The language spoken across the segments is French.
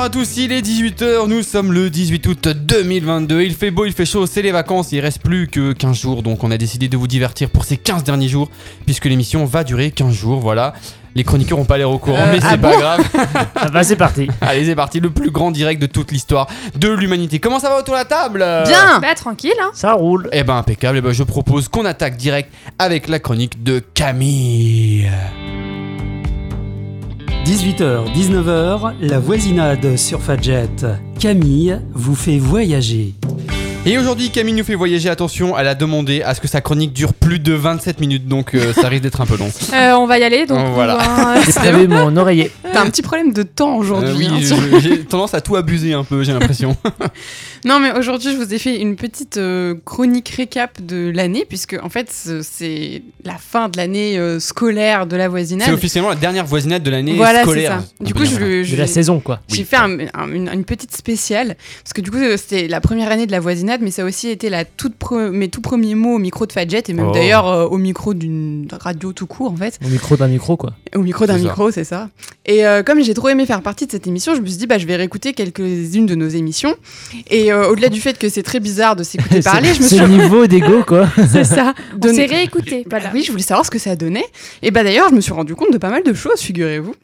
à tous, il est 18h, nous sommes le 18 août 2022, il fait beau, il fait chaud, c'est les vacances, il reste plus que 15 jours, donc on a décidé de vous divertir pour ces 15 derniers jours, puisque l'émission va durer 15 jours, voilà. Les chroniqueurs ont pas l'air au courant, Euh, mais ah c'est bon pas grave. Ah bah c'est parti. Allez, c'est parti, le plus grand direct de toute l'histoire de l'humanité. Comment ça va autour de la table Bien Bah tranquille, hein. Ça roule. Eh ben impeccable, eh ben, je propose qu'on attaque direct avec la chronique de Camille. 18h, 19h, la voisinade sur Fadjet. Camille vous fait voyager. Et aujourd'hui, Camille nous fait voyager, attention, elle a demandé à ce que sa chronique dure plus de 27 minutes, donc euh, ça risque d'être un peu long. Euh, on va y aller donc. Oh, voilà. on va- euh, Dépravé mon oreiller. T'as un petit problème de temps aujourd'hui. Euh, oui, hein, sur- je- j'ai tendance à tout abuser un peu, j'ai l'impression. Non, mais aujourd'hui, je vous ai fait une petite euh, chronique récap de l'année, puisque en fait, ce- c'est la fin de l'année euh, scolaire de la c'est voisinade. officiellement la dernière voisinade de l'année Voilà, c'est scolaire. ça. Du coup, je, je- De la saison quoi. j'ai Oui. fait un- un- une, une petite spéciale, parce que du coup, euh, c'était la première année de la voisinade, mais ça a aussi été la toute pre- mes tout premiers mots au micro de Fadjet, et même Oh. d'ailleurs euh, au micro d'une radio tout court, en fait. Mon micro d'un micro quoi. Au micro d'un C'est ça. micro, c'est ça. Et euh, comme j'ai trop aimé faire partie de cette émission, je me suis dit, bah, je vais réécouter quelques-unes de nos émissions. Et euh, au-delà du fait que c'est très bizarre de s'écouter C'est parler, je me suis c'est le niveau d'ego quoi. C'est ça. Donne- On s'est réécouté. Voilà. Bah oui, je voulais savoir ce que ça donnait. Et bah d'ailleurs, je me suis rendu compte de pas mal de choses, figurez-vous.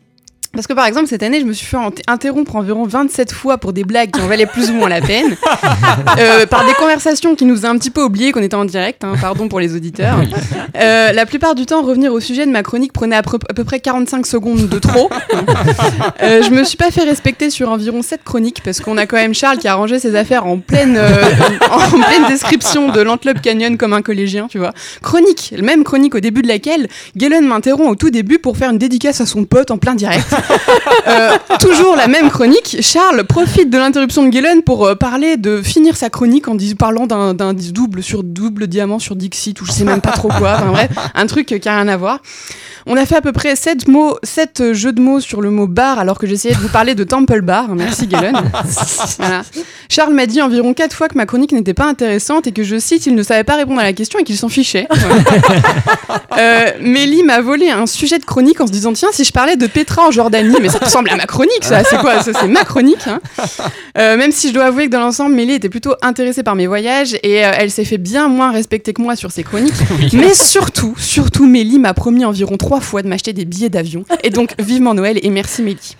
Parce que par exemple, cette année, je me suis fait ent- interrompre environ 27 fois pour des blagues qui en valaient plus ou moins la peine, Euh, par des conversations qui nous faisaient un petit peu oublier qu'on était en direct, hein, pardon pour les auditeurs. Euh, la plupart du temps, revenir au sujet de ma chronique prenait à peu, à peu près 45 secondes de trop. Euh, je me suis pas fait respecter sur environ 7 chroniques, parce qu'on a quand même Charles qui a rangé ses affaires en pleine, euh, en pleine description de l'Antelope Canyon comme un collégien, tu vois chronique, la même chronique au début de laquelle Galen m'interrompt au tout début pour faire une dédicace à son pote en plein direct. Euh, toujours la même chronique, Charles profite de l'interruption de Galen pour euh, parler de finir sa chronique en dis- parlant d'un d'un dis- double sur double diamant sur Dixit ou je sais même pas trop quoi, enfin bref, un truc euh, qui a rien à voir. On a fait à peu près 7 mots, sept, euh, jeux de mots sur le mot bar alors que j'essayais de vous parler de Temple Bar, merci Galen. Voilà. Charles m'a dit environ quatre fois que ma chronique n'était pas intéressante et que, je cite, il ne savait pas répondre à la question et qu'il s'en fichait. euh, Mélie m'a volé un sujet de chronique en se disant, tiens, si je parlais de Petra en Jordanie, mais ça ressemble à ma chronique, ça, c'est quoi ça, C'est ma chronique. hein. Euh, même si je dois avouer que dans l'ensemble, Mélie était plutôt intéressée par mes voyages et euh, elle s'est fait bien moins respecter que moi sur ses chroniques. Mais surtout, surtout, Mélie m'a promis environ trois fois de m'acheter des billets d'avion. Et donc, vivement Noël et merci Mélie.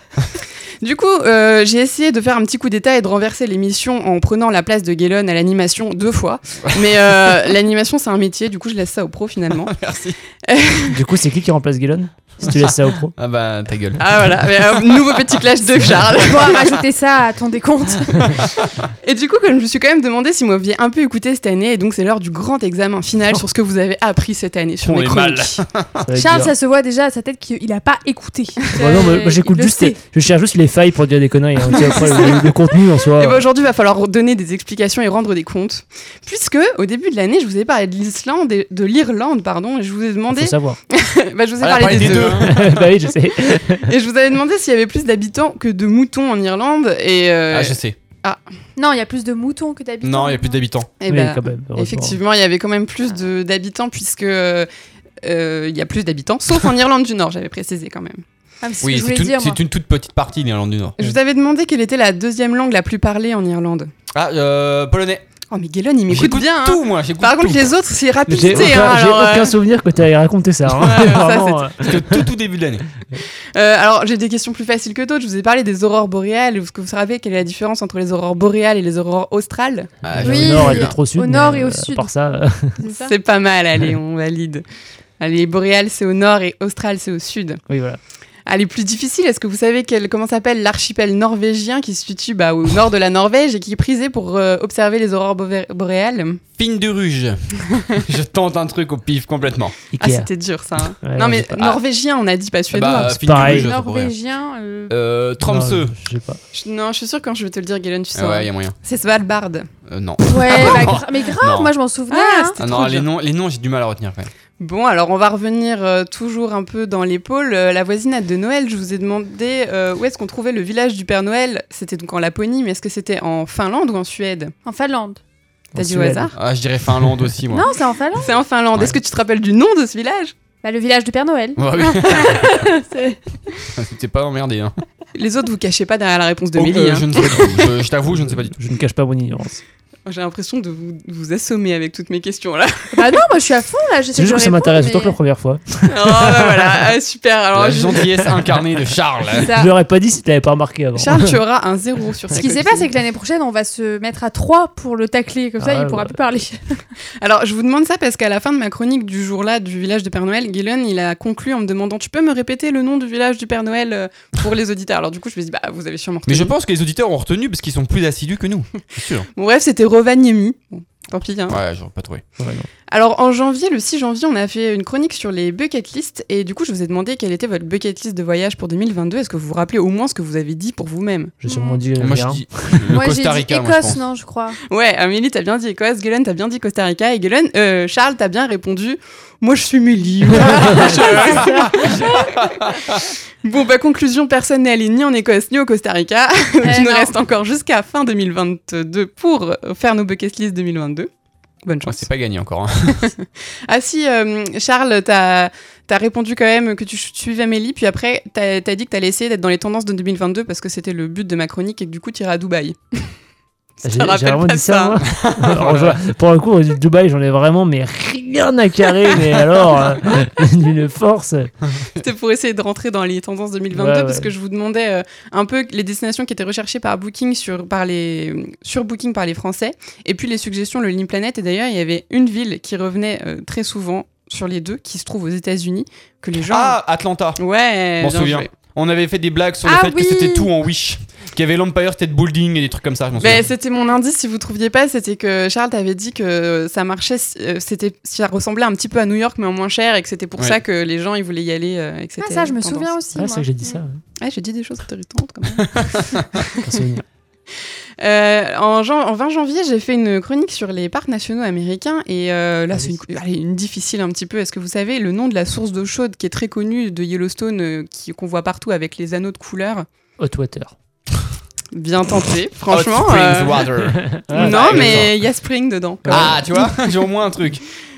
Du coup, euh, j'ai essayé de faire un petit coup d'état et de renverser l'émission en prenant la place de Galen à l'animation deux fois. Mais euh, l'animation, c'est un métier, du coup, je laisse ça aux pros finalement. Merci. Du coup c'est qui qui remplace Gallon Si tu laisses ça au pro. Ah bah ta gueule. Ah voilà, mais, euh, nouveau petit clash de Charles. On va rajouter ça à ton décompte. Et du coup, comme je me suis quand même demandé si vous m'aviez un peu écouté cette année, et donc c'est l'heure du grand examen final sur ce que vous avez appris cette année sur On mes est mal. chroniques. Ça va être Charles, dur. ça se voit déjà à sa tête qu'il a pas écouté. Bon, Bah non, moi, moi, Euh, j'écoute il le juste, sait. les- je cherche juste les failles pour dire des conneries. hein. Tu sais, après, le, le contenu en soi. Et ben aujourd'hui, il va falloir donner des explications et rendre des comptes. Puisque, au début de l'année, je vous ai parlé de l'Islande, et de l'Irlande, pardon, et je vous ai demandé. faut savoir. Bah, je vous ai Elle a parlé des deux. hein. bah oui, je sais. Et je vous avais demandé s'il y avait plus d'habitants que de moutons en Irlande. Et, euh, Ah, je sais. Non, il y a plus de moutons que d'habitants. Non, il n'y a plus d'habitants. et Oui, bah, quand même, heureusement. effectivement, il y avait quand même plus de- d'habitants, puisque. euh, euh, il y a plus d'habitants, sauf en Irlande du Nord, j'avais précisé quand même. Ah, mais c'est ce que Oui, je c'est voulais une, dire. c'est moi. une toute petite partie de l'Irlande du Nord. Mm. Je vous avais demandé quelle était la deuxième langue la plus parlée en Irlande. Ah, euh, polonais. Oh, mais Gellon, il m'écoute J'écoute bien. hein. tout, moi. J'écoute Par contre, tout. les autres, c'est J'ai rapidité. aucun, hein, j'ai alors, aucun euh, souvenir que t'aies raconté ça. hein. Ouais, ça, Vraiment, euh, C'était tout, tout début de l'année. Euh, alors, j'ai des questions plus faciles que d'autres. Je vous ai parlé des aurores boréales. Est-ce que vous savez quelle est la différence entre les aurores boréales et les aurores australes Ah, j'en le ai Oui. nord, marre. elle est trop euh, au sud. Au mais, nord et au euh, sud. à part ça, euh, C'est ça. C'est pas mal, allez, on valide. Allez, les boréales, c'est au nord et australes, c'est au sud. oui, voilà. Allez, plus difficile, est-ce que vous savez quel, comment s'appelle l'archipel norvégien qui se situe bah, au nord de la Norvège et qui est prisé pour euh, observer les aurores bové- boréales Fine de ruge. je tente un truc au pif complètement. Ah, Ikea. c'était dur ça. hein. Ouais, non, mais j'ai pas- norvégien, on a dit pas suédois. bah, c'est fine de pareil. ruge. ça pourrait. Norvégien. euh, Euh, Non, Tromsø. je sais pas. Je- non, je suis sûre quand je vais te le dire, Galen, tu Ah sauras. ouais, il y a moyen. C'est Svalbard. Euh, non. Ouais, bah, gra- mais grave, Non. moi je m'en souvenais. Ah, hein. c'était Ah trop non, les dur. noms, les noms j'ai du mal à retenir quand même. Bon, alors on va revenir euh, toujours un peu dans les pôles. Euh, la voisinade de Noël, je vous ai demandé euh, où est-ce qu'on trouvait le village du Père Noël. C'était donc en Laponie, mais est-ce que c'était en Finlande ou en Suède En Finlande. En T'as dit au Suède. hasard Ah, je dirais Finlande aussi, moi. Non, c'est en Finlande. C'est en Finlande. Ouais. Est-ce que tu te rappelles du nom de ce village Bah, le village du Père Noël. Ouais, oui. C'est- C'était pas emmerdé. Hein. Les autres, vous cachez pas derrière la réponse de Oh, Mélie. euh, hein. Je ne sais pas du tout. Je, je t'avoue, je ne sais pas du tout. Je ne cache pas mon ignorance. J'ai l'impression de vous, vous assommer avec toutes mes questions là. Bah non, moi je suis à fond là. C'est juste que ça m'intéresse autant que la première fois. oh, bah voilà, ah, super. Alors, La je- gentillesse incarnée de Charles. Je l'aurais pas dit si tu l'avais pas remarqué avant. Charles, tu auras un zéro sur Ce ta qui se copie. passe, c'est que l'année prochaine, on va se mettre à 3 pour le tacler. Comme ça, Ah, il pourra bah. plus parler. Alors, je vous demande ça parce qu'à la fin de ma chronique du jour-là du village du Père Noël, Guylaine, il a conclu en me demandant Tu peux me répéter le nom du village du Père Noël euh, pour les auditeurs Alors, du coup, je me suis dit Bah, vous avez sûrement Mais retenu. je pense que les auditeurs ont retenu parce qu'ils sont plus assidus que nous. C'est sûr. Mon rêve, c'était Rovaniemi. Bon, tant pis. hein. Ouais, j'aurais pas trouvé. Ouais, non. Alors, en janvier, le 6 janvier, on a fait une chronique sur les bucket list. Et du coup, je vous ai demandé quelle était votre bucket list de voyage pour 2022. Est-ce que vous vous rappelez au moins ce que vous avez dit pour vous-même J'ai sûrement dit. euh, Moi, je rien. dis le moi, Costa j'ai dit Rica, moi, je Écosse, pense. non, je crois. Ouais, Amélie, t'as bien dit Écosse. Guylaine, t'as bien dit Costa Rica. Et Guylaine, euh, Charles, t'as bien répondu Moi, je suis Mélie. bon, bah, conclusion personnelle. Et ni en Écosse, ni au Costa Rica. Donc, Eh il nous non. reste encore jusqu'à fin 2022 pour faire nos bucket list 2022. Bonne Ouais, chance. C'est pas gagné encore. hein. Ah si, euh, Charles, t'as as répondu quand même que tu ch- suivais Amélie, puis après, t'as as dit que t'allais essayer d'être dans les tendances de 2022 parce que c'était le but de ma chronique et que du coup, t'irais à Dubaï. J'ai te rappelle j'ai vraiment pas dit ça, ça, moi Alors, je- Pour le coup, Dubaï, j'en ai vraiment mais rien à carrer, mais alors, euh, d'une force. Ah, C'était pour essayer de rentrer dans les tendances 2022 Ouais, parce ouais. que je vous demandais euh, un peu les destinations qui étaient recherchées par Booking sur par les sur Booking par les Français et puis les suggestions le Lean Planet et d'ailleurs, il y avait une ville qui revenait euh, très souvent sur les deux qui se trouve aux États-Unis que les gens Ah, Atlanta. Ouais, M'en bien souviens. joué. On avait fait des blagues sur le Ah fait que oui. c'était tout en Wish. Qu'il y avait l'Empire State Building et des trucs comme ça, je m'en souviens. Mais Ben, c'était mon indice, si vous trouviez pas, c'était que Charles t'avait dit que ça marchait, euh, c'était, ça ressemblait un petit peu à New York mais en moins cher et que c'était pour Ouais. ça que les gens ils voulaient y aller, euh, etc. Ah, ça, je me souviens aussi. Ah, moi. c'est vrai que j'ai dit ça. ouais. Ouais, j'ai dit des choses autoritantes quand même. Un souvenir. Euh, en, jan- en 20 janvier, j'ai fait une chronique sur les parcs nationaux américains et euh, là Ah c'est oui. une, allez, une difficile un petit peu. Est-ce que vous savez le nom de la source d'eau chaude qui est très connue de Yellowstone, euh, qui- qu'on voit partout avec les anneaux de couleur Hot water. Bien tenté, Hot franchement. Springs euh, Water. Ah, non ouais, mais il y a Spring dedans. ah, tu vois, j'ai au moins un truc.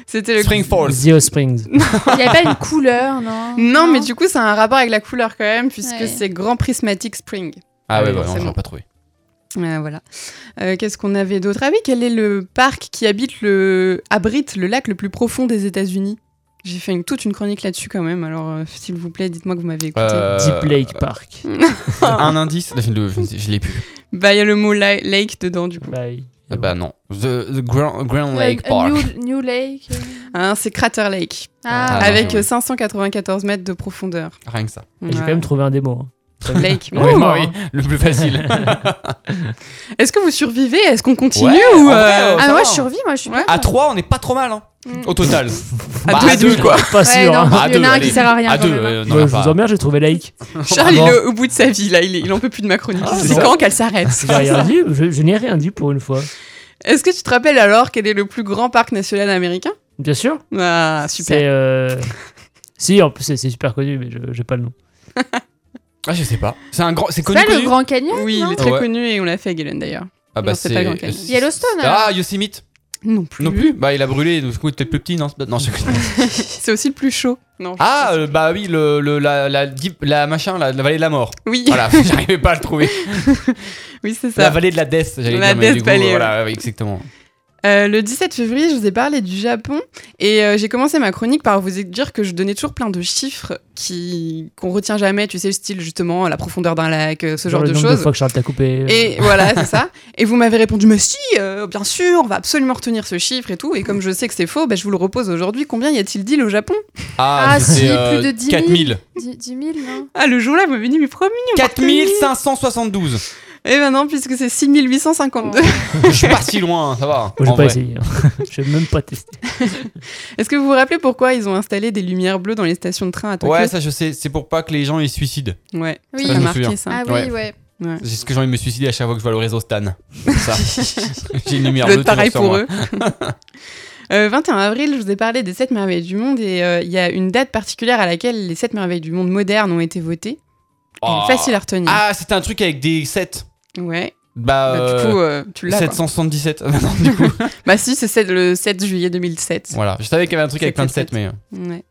C'était le Spring Falls. The Hot Springs. Il n'y avait pas une couleur, non Non, mais du coup, ça a un rapport avec la couleur quand même, puisque Ouais. c'est Grand Prismatic Spring. Ah ouais, Oui, ouais, non, forcément. j'aurais pas trouvé. Euh, voilà. Euh, Qu'est-ce qu'on avait d'autre Ah oui, quel est le parc qui habite le abrite le lac le plus profond des États-Unis J'ai fait une- toute une chronique là-dessus quand même. Alors, euh, s'il vous plaît, dites-moi que vous m'avez écouté. Euh, Deep Lake Park. Un indice Je ne je- je l'ai plus. Bah, il y a le mot la- lake dedans du coup. Bye. Ah Bah non. The, the Grand, Grand Euh, Lake euh, Park. New, New Lake. euh. Hein, c'est Crater Lake, Ah, Ah, non, avec euh, j'ai oublié. 594 mètres de profondeur. Rien que ça. Et J'ai quand même trouvé un démo. hein. Ah, Lake. Ouais, Oh bah oui, le plus facile. Est-ce que vous survivez Est-ce qu'on continue Ouais, ou en vrai, euh, euh, Ah, ça mais moi, va. je survis, moi, je suis Ouais. à 3, on n'est pas trop mal, hein, Mm. Oh, au total. À Bah, deux et à deux, demi, quoi. Pas Ouais, sûr. non, hein. parce À qu'il y en deux, a un allez. qui sert à rien. À quand deux, même, hein. euh, Bah, non, je pas. vous emmerde, j'ai trouvé Lake. Charles, il est au bout de sa vie, là, il, est- il en peut plus de ma chronique. Ah, c'est c'est quand qu'elle s'arrête J'ai rien dit. Je, je n'ai rien dit pour une fois. Est-ce que tu te rappelles alors quel est le plus grand parc national américain Bien sûr. Ah, super. C'est. euh, Si, en plus, c'est c'est super connu, mais je- j'ai pas le nom. Ah, je sais pas. C'est un grand. C'est C'est connu, pas connu le Grand Canyon Oui, il non est très Ouais. connu et on l'a fait à Galen d'ailleurs. Ah, bah Non, c'est c'est. pas Grand Canyon. euh, Yellowstone. alors. Ah, Yosemite. Non plus. Non plus. Bah, il a brûlé, donc du coup, il était plus petit, non c'est- Non, je C'est aussi le plus chaud. Non. je- Ah, euh, bah oui, le, le- la, la, deep- la machin, la, la vallée de la mort. oui, Voilà, j'arrivais pas à le trouver. oui, c'est La ça. vallée de la death, j'allais La dire. mais death du coup, valley, ouais. Voilà, ouais, exactement. Euh, le 17 février, je vous ai parlé du Japon et euh, j'ai commencé ma chronique par vous dire que je donnais toujours plein de chiffres qui qu'on retient jamais. Tu sais, le style justement, la profondeur d'un lac, euh, ce genre le de nombre choses. de fois que Charles t'a coupé. euh, Et voilà, c'est ça. Et vous m'avez répondu, mais si, euh, bien sûr, on va absolument retenir ce chiffre et tout. Et comme je sais que c'est faux, ben, je vous le repose aujourd'hui. Combien y a-t-il d'îles au Japon Ah, Ah, c'était, si, euh, plus de 10 000. 4000. 10 10 000, non Ah, le jour-là, vous m'avez dit, mais promis. 4572. Eh ben non, puisque c'est 6852. Je suis pas si loin, hein, ça va. Moi, en j'ai pas vrai. essayé. hein. J'ai même pas testé. Est-ce que vous vous rappelez pourquoi ils ont installé des lumières bleues dans les stations de train à Tokyo Ouais, ça je sais, c'est pour pas que les gens ils se suicident. Ouais, Oui. ça je a me marqué souviens. ça. Ah Ouais. oui, ouais. C'est ce que j'ai envie de me suicider à chaque fois que je vois le réseau Stan. Ça. j'ai une lumière Le bleue pareil toujours sur pour moi. eux. Euh, 21 avril, je vous ai parlé des 7 merveilles du monde et euh, il y a une date particulière à laquelle les 7 merveilles du monde modernes ont été votées. Elle est Oh. Facile à retenir. Ah, c'était un truc avec des 7. Ouais. Bah, Bah, du euh, coup, euh, tu l'as. quoi. 777. Non, du coup, Bah si, c'est sept- le 7 juillet 2007. voilà, je savais qu'il y avait un truc avec plein de 7, C'était mais. euh, Ouais.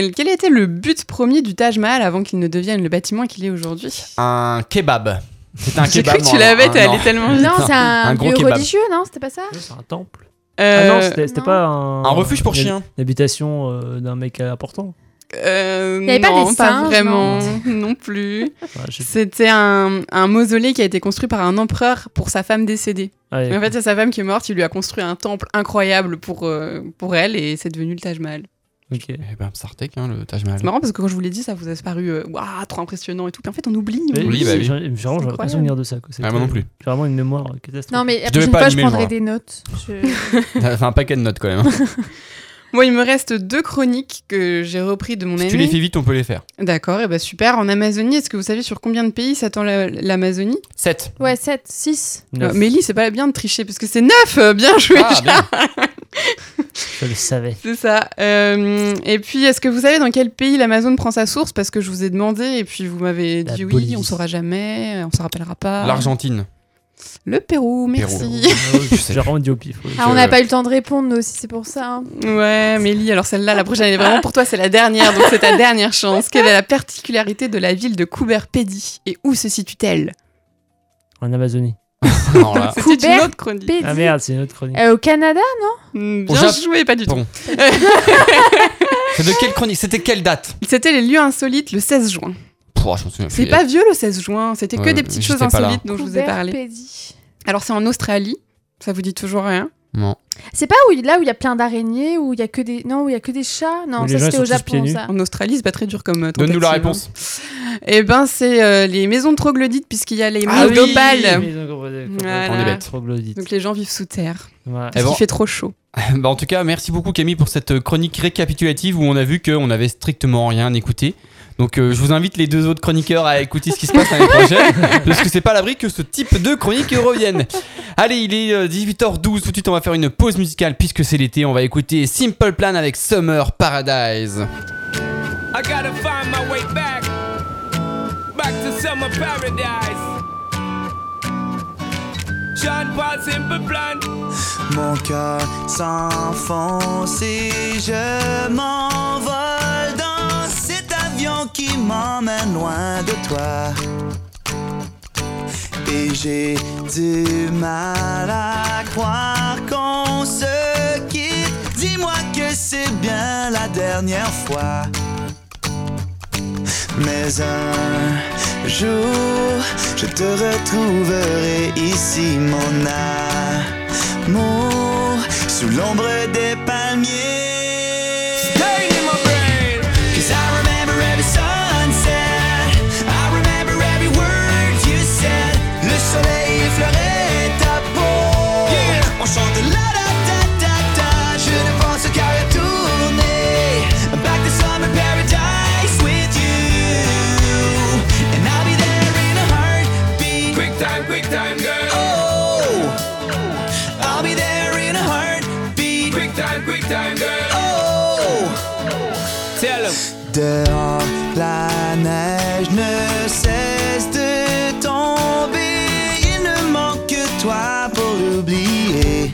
Euh, quel était le but premier du Taj Mahal avant qu'il ne devienne le bâtiment qu'il est aujourd'hui Un kebab. C'est un J'ai kebab. cru que tu normalement, l'avais, hein, t'es non. allé tellement vite. Non, c'est un, Un gros lieu kebab. religieux, non C'était pas ça C'est un temple. Ah Euh, non, c'était c'était non. pas un. Un refuge pour une- chiens. Une habitation euh, d'un mec euh, important. euh, Il y avait pas non, des pas singes, vraiment, non plus. Enfin, je sais C'était un, un mausolée qui a été construit par un empereur pour sa femme décédée. pas. Ouais. En fait, c'est sa femme qui est morte, il lui a construit un temple incroyable pour, euh, pour elle et c'est devenu le Taj Mahal. Ok. Eh ben, Sartek, hein, le Taj Mahal. C'est marrant parce que quand je vous l'ai dit, ça vous a paru euh, Waouh, trop impressionnant et tout. Puis en fait, on oublie. on Mais Oui, oublie. bah oui. j'ai- j'ai- Vraiment, j'ai pas incroyable. souvenir de ça. quoi. C'était- Ah, moi non plus. J'ai vraiment une mémoire euh, catastrophique. Non, mais la devais prochaine pas fois, je animer le prendrai genre. des notes. Je- T'as fait un paquet de notes quand même. Moi, il me reste deux chroniques que j'ai repris de mon si ami. tu les fais vite, on peut les faire. D'accord, et bah super. En Amazonie, est-ce que vous savez sur combien de pays s'attend la- l'Amazonie 7. Ouais, 7, 6. Neuf, Euh, Mélie, c'est pas bien de tricher parce que c'est neuf. euh, Bien joué, Ah, bien. Je le savais. C'est ça. Euh, et puis, est-ce que vous savez dans quel pays l'Amazon prend sa source Parce que je vous ai demandé et puis vous m'avez La dit oui, Bolivie. on saura jamais, euh, on se rappellera pas. L'Argentine. Le Pérou, merci. Je sais J'ai vraiment dit au pif. ouais. Ah, on n'a pas eu le temps de répondre, nous aussi, c'est pour ça. hein. Ouais, Mélie, alors celle-là, la prochaine, elle est vraiment pour toi, c'est la dernière, donc c'est ta dernière chance. Quelle est la particularité de la ville de Cooper-Pedy et où se situe-t-elle En Amazonie. plus. Non, là. C'était une Cooper autre chronique. Pédi. Ah merde, c'est une autre chronique. Euh, au Canada Mm, Au Bien Jap- joué, pas du tout. Pardon. C'est de quelle chronique C'était quelle date C'était les lieux insolites le 16 juin. Pouah, je m'en souviens C'est plus. pas vieux le 16 juin, c'était que Ouais, des petites j'étais choses pas là. insolites dont je vous ai Couvert parlé. Pédi. Alors c'est en Australie, ça vous dit toujours rien Non. C'est pas où, là où il y a plein d'araignées, où il y a que des. Non, où il y a que des chats Où Non, les ça gens c'était sont au tous pieds Japon, nus. ça. En Australie, c'est pas très dur comme. euh, Donne-nous la tentative, réponse. hein. Eh ben, c'est euh, les maisons de troglodytes, puisqu'il y a les Ah mines oui d'opale. On est Voilà. bêtes. Troglodyte. Donc les gens vivent sous terre, Ouais. Eh parce bon. qu'il fait trop chaud. Bah, en tout cas, merci beaucoup Camille pour cette chronique récapitulative où on a vu qu'on avait strictement rien écouté. Donc euh, je vous invite les deux autres chroniqueurs à écouter ce qui se passe l'année prochaine, parce que c'est pas à l'abri que ce type de chronique revienne. Allez, il est euh, 18h12, tout de suite on va faire une pause musicale puisque c'est l'été, on va écouter Simple Plan avec Summer Paradise. I gotta find my way back, back to summer paradise. John Paul Simple Plan. Mon cœur s'enfonce et je m'envole dans cet avion qui m'emmène loin de toi. Et j'ai du mal à croire qu'on se quitte. Dis-moi que c'est bien la dernière fois. Mais un jour, je te retrouverai ici, mon amour, sous l'ombre des palmiers. Pain in my brain. Cause I remember every sunset. I remember every word you said. Le soleil effleurait ta peau. On chante la da da da da. Je ne pense qu'à retourner. Back to summer paradise with you. And I'll be there in a heartbeat. Quick time, quick time, girl. Oh, I'll be there in a heartbeat. Quick time, quick time, girl. Oh. Tell him. Dehors, la neige ne cesse de tomber. Il ne manque que toi pour l'oublier.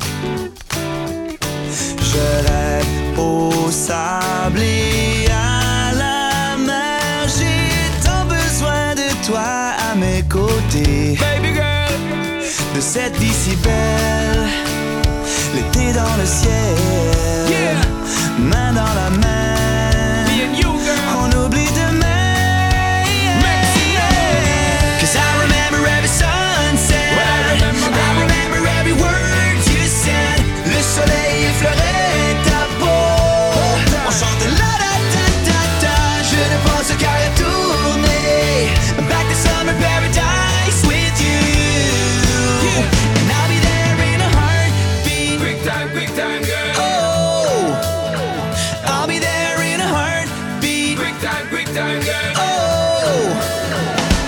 Je rêve au sable et à la mer. J'ai tant besoin de toi à mes côtés. Baby girl. De cette vie si belle, l'été dans le ciel. Yeah. Main dans la main. Me and you, girl. On oublie demain. Cause I remember every sunset. Well, I remember, I girl. remember every word you said. Le soleil effleurait ta peau. On chante la da da da da. Je ne pense qu'à retourner. Back to summer paradise with you. And I'll be there in a heartbeat. Quick time, quick time, girl. Oh, I'll be there in a heartbeat. Quick time, quick time, girl. Oh,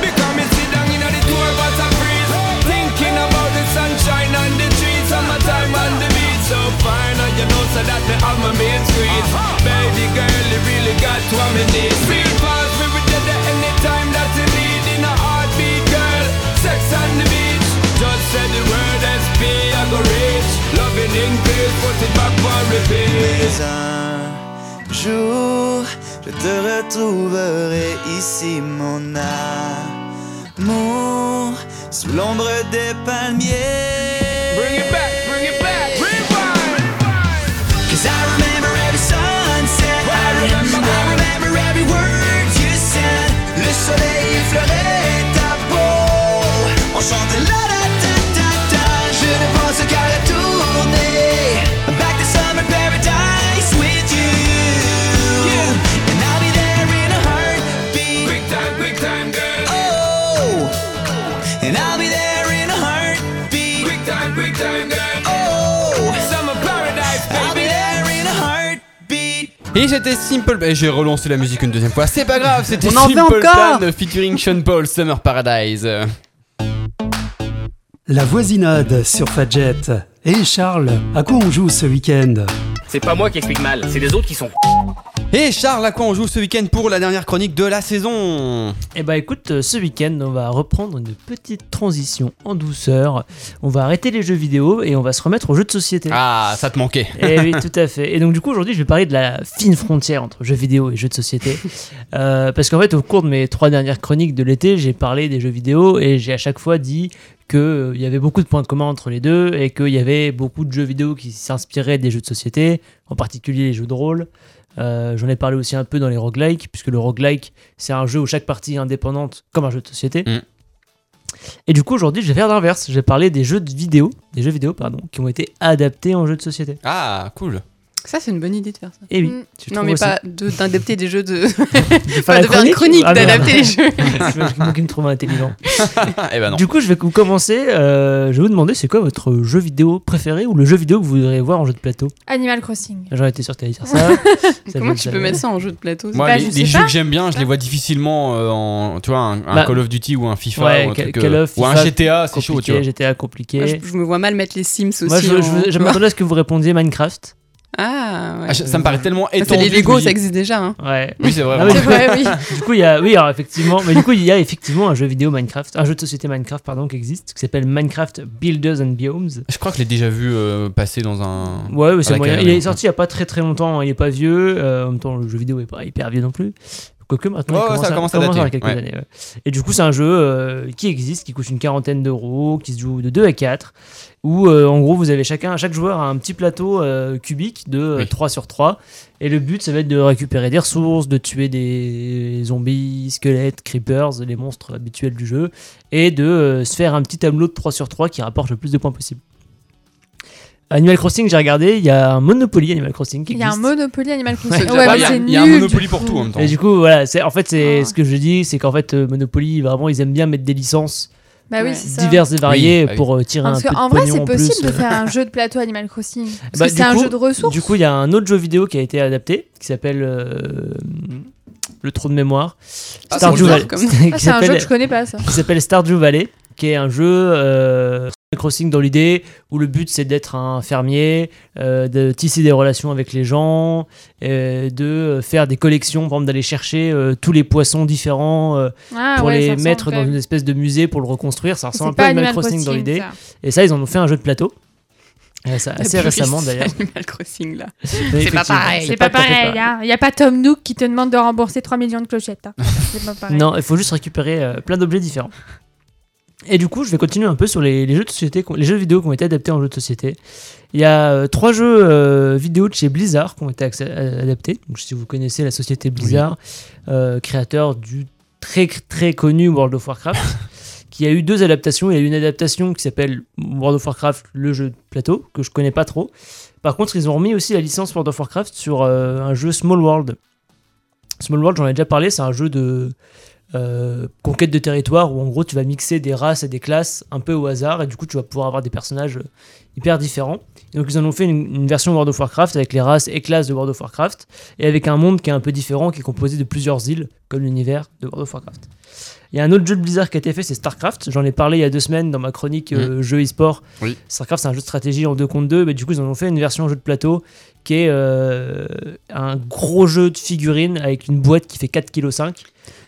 Because me sit down in the tour bus and freeze Thinking about the sunshine and the trees Summertime on the beach so fine And you know so that me have my main squeeze Baby girl, you really got what me need Feel fast, we will get there anytime that you need In a heartbeat, girl, sex on the beach Just say the word SP, I go reach Loving in peace, put it back for repeat un jour, je te retrouverai ici, mon amour, sous l'ombre des palmiers. Bring it back, bring it back, rewind. Cause I remember every sunset. I remember, I remember every word you said. Le soleil effleurait ta peau. On chante la da da da da. Je ne pense qu'à retourner. Back to summer paradise with you. And I'll be there in a heartbeat. Quick time, quick time, girl. Oh. And I'll be there in a heartbeat. Quick time, quick time, girl. Oh. Summer paradise, I'll be baby. there in a heartbeat. Et c'était Simple Plan. J'ai relancé la musique une deuxième fois. C'est pas grave, c'était On en veut Simple encore. Plan featuring Sean Paul, Summer Paradise. La voisinade sur Fadjet. Et Charles, à quoi on joue ce week-end C'est pas moi qui explique mal, c'est les autres qui sont. Et Charles, à quoi on joue ce week-end pour la dernière chronique de la saison Eh bah écoute, euh, ce week-end, on va reprendre une petite transition en douceur. On va arrêter les jeux vidéo et on va se remettre aux jeux de société. Ah, ça te manquait. Eh oui, tout à fait. Et donc, du coup, aujourd'hui, je vais parler de la fine frontière entre jeux vidéo et jeux de société. Euh, parce qu'en fait, au cours de mes trois dernières chroniques de l'été, j'ai parlé des jeux vidéo et j'ai à chaque fois dit qu'il y avait beaucoup de points communs entre les deux et qu'il y avait beaucoup de jeux vidéo qui s'inspiraient des jeux de société, en particulier les jeux de rôle. Euh, J'en ai parlé aussi un peu dans les roguelikes, puisque le roguelike, c'est un jeu où chaque partie est indépendante comme un jeu de société. Mm. Et du coup, aujourd'hui, je vais faire l'inverse. Je vais parler des jeux de vidéo, des jeux vidéo, pardon, qui ont été adaptés en jeux de société. Ah, cool. Ça, c'est une bonne idée de faire ça. Et Eh oui, Mm. tu Non, trouves mais aussi. pas de- d'adapter des jeux de. de Pas de faire une chronique, Ah, merde. d'adapter les jeux. Tu vois, je- moi qui me trouve intelligent. Ah, eh ben non. Du coup, je vais vous commencer. euh, je vais vous demander c'est quoi votre jeu vidéo préféré ou le jeu vidéo que vous voudriez voir en jeu de plateau Animal Crossing. J'aurais été sûr que t'allais dire ça. Ça, je le Comment tu peux savais. mettre ça en jeu de plateau Moi, Bah, les, je sais les jeux pas. que j'aime bien, je les vois difficilement euh, en. Tu vois, un, un Ah. Bah, Call of Duty ou un FIFA ouais, ou un, truc, euh, Call of, ou un FIFA, GTA, c'est chaud, tu Compliqué, vois. GTA Moi, je, compliqué. je me vois mal mettre les Sims aussi. hein. Moi, je, en- je, je m'attendais à ce que vous répondiez Minecraft. Ah, ouais. Ah, je- ça me paraît tellement Parce que étendu. les je Lego, me dis- ça existe déjà. Hein. Ouais. Oui, c'est vrai. Ah vraiment. oui. C'est vrai, oui. Du coup, il y a, oui, alors effectivement, mais du coup, il y a effectivement un jeu vidéo Minecraft, un jeu de société Minecraft, pardon, qui existe, qui s'appelle Minecraft Builders and Biomes. Je crois que je l'ai déjà vu euh, passer dans un. Ouais, mais c'est la moyen. carrière, Il est ouais. sorti il n'y a pas très très longtemps, hein. il est pas vieux. euh, en même temps, le jeu vidéo est pas hyper vieux non plus. Quoique maintenant, Ouais, ouais, ça il commence à, commence à commence dater, avoir quelques ouais. années. ouais. Et du coup, c'est un jeu euh, qui existe, qui coûte une quarantaine d'euros, qui se joue de 2 à 4. Où euh, en gros, vous avez chacun, chaque joueur a un petit plateau euh, cubique de euh, Oui. 3 sur 3. Et le but, ça va être de récupérer des ressources, de tuer des zombies, squelettes, creepers, les monstres habituels du jeu, et de euh, se faire un petit tableau de 3 sur 3 qui rapporte le plus de points possible. Animal Crossing, j'ai regardé, il y a un Monopoly Animal Crossing qui Il y a un existe. Monopoly Animal Crossing. déjà Ouais, pas mais mal. c'est Il nul. y a un Monopoly du pour coup. tout en même temps. Et du coup, voilà, c'est en fait c'est Ah. ce que je dis, c'est qu'en fait euh, Monopoly, vraiment ils aiment bien mettre des licences Bah Ouais. oui, c'est ça. diverses et variées Oui, bah oui. pour euh, tirer Parce un peu de qu'en vrai, pognon c'est en possible plus. de faire un jeu de plateau Animal Crossing. Parce Bah, que du c'est un coup- jeu de ressources. Du coup, il y a un autre jeu vidéo qui a été adapté qui s'appelle euh, le trou de mémoire. Ah, Stardew c'est Valley. bizarre comme- qui Ah, c'est un jeu s'appelle- que je connais pas, ça. qui s'appelle Stardew Valley, qui est un jeu euh, Animal Crossing dans l'idée où le but c'est d'être un fermier, euh, de tisser des relations avec les gens, euh, de faire des collections, par exemple d'aller chercher euh, tous les poissons différents euh, Ah, pour ouais, ça les ressemble mettre quand dans même. une espèce de musée pour le reconstruire. Ça C'est ressemble un peu pas à Animal Crossing, dans l'idée. ça. Et ça, ils en ont fait un jeu de plateau. Euh, ça- assez La puriste, récemment d'ailleurs. Animal Crossing, là. Mais pas effectivement, pareil. C'est pas tout à fait pareil, hein. Il n'y a pas Tom Nook qui te demande de rembourser 3 millions de clochettes. hein. C'est pas pareil. Non, il faut juste récupérer euh, plein d'objets différents. Et du coup, je vais continuer un peu sur les, les jeux de société, qu'on- les jeux vidéo qui ont été adaptés en jeux de société. Il y a euh, trois jeux euh, vidéo de chez Blizzard qui ont été accé- euh, adaptés. Donc, si vous connaissez la société Blizzard, euh, créateur du très très connu World of Warcraft, qui a eu deux adaptations. Il y a eu une adaptation qui s'appelle World of Warcraft, le jeu de plateau, que je connais pas trop. Par contre, ils ont remis aussi la licence World of Warcraft sur euh, un jeu Small World. Small World, j'en ai déjà parlé, c'est un jeu de euh, conquête de territoire où en gros tu vas mixer des races et des classes un peu au hasard et du coup tu vas pouvoir avoir des personnages euh, hyper différents. Et donc ils en ont fait une, une version World of Warcraft avec les races et classes de World of Warcraft et avec un monde qui est un peu différent, qui est composé de plusieurs îles comme l'univers de World of Warcraft. Il y a un autre jeu de Blizzard qui a été fait, c'est StarCraft. J'en ai parlé il y a deux semaines dans ma chronique euh, jeu e-sport. Oui. StarCraft c'est un jeu de stratégie en 2 contre 2, mais du coup ils en ont fait une version jeu de plateau qui est euh, un gros jeu de figurines avec une boîte qui fait 4,5 kg. tu vois.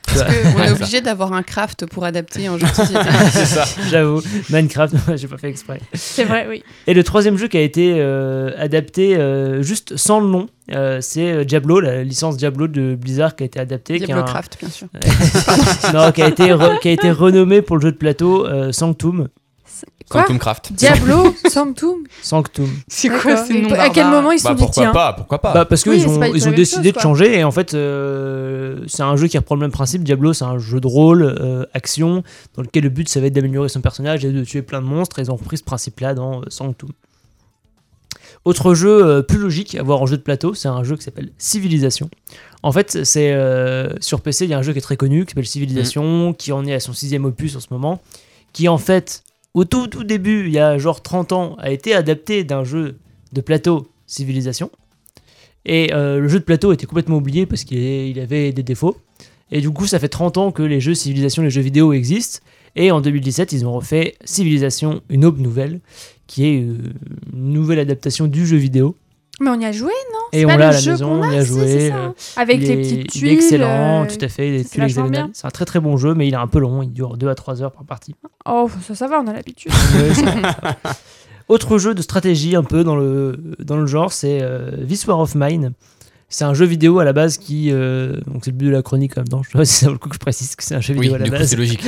Parce qu'on est obligé d'avoir un craft pour adapter un jeu de société. C'est ça. J'avoue, Minecraft, j'ai pas fait exprès. C'est vrai, oui. Et le troisième jeu qui a été euh, adapté euh, juste sans le nom, euh, c'est euh, Diablo, la licence Diablo de Blizzard qui a été adaptée. qui est Diablo un- Craft, bien sûr. non, qui a été, re- qui a été renommé pour le jeu de plateau euh, Sanctum. Quoi Quantum Craft. Diablo, Sanctum. Sanctum. C'est quoi D'accord. ces noms Et À quel barbares moment ils se Bah sont dit pourquoi tiens pas, pourquoi pas. Bah, parce qu'ils Oui, c'est ont, pas du tout ils la ont même décidé chose, de quoi. changer et en fait, euh, c'est un jeu qui reprend le même principe. Diablo, c'est un jeu de rôle, euh, action, dans lequel le but ça va être d'améliorer son personnage et de tuer plein de monstres. Et ils ont repris ce principe-là dans euh, Sanctum. Autre jeu euh, plus logique à voir en jeu de plateau, c'est un jeu qui s'appelle Civilisation. En fait, c'est euh, sur PC, il y a un jeu qui est très connu qui s'appelle Civilisation, qui en est à son sixième opus en ce moment, qui en fait, au tout tout début, il y a genre 30 ans, a été adapté d'un jeu de plateau Civilisation. Et euh, le jeu de plateau était complètement oublié parce qu'il est- il avait des défauts. Et du coup, ça fait 30 ans que les jeux Civilisation, les jeux vidéo existent. Et en 2017, ils ont refait Civilisation, une aube nouvelle, qui est euh, une nouvelle adaptation du jeu vidéo. Mais on y a joué, non Et C'est on l'a pas le à la jeu maison, qu'on on y a, a si, c'est joué. ça. euh, Avec il les est- petites Il tuiles. est excellent, euh, tout à fait, des c'est tuiles vachement hexagonales. bien. C'est un très très bon jeu, mais il est un peu long, il dure 2 à 3 heures par partie. Oh, ça, ça va, on a l'habitude. Ouais, ça va, ça va. Autre jeu de stratégie un peu dans le, dans le genre, c'est euh, This War of Mine. C'est un jeu vidéo à la base qui. euh, donc c'est le but de la chronique quand même. Non, je sais pas si ça vaut le coup que je précise que c'est un jeu Oui, vidéo à la du coup, base. c'est logique.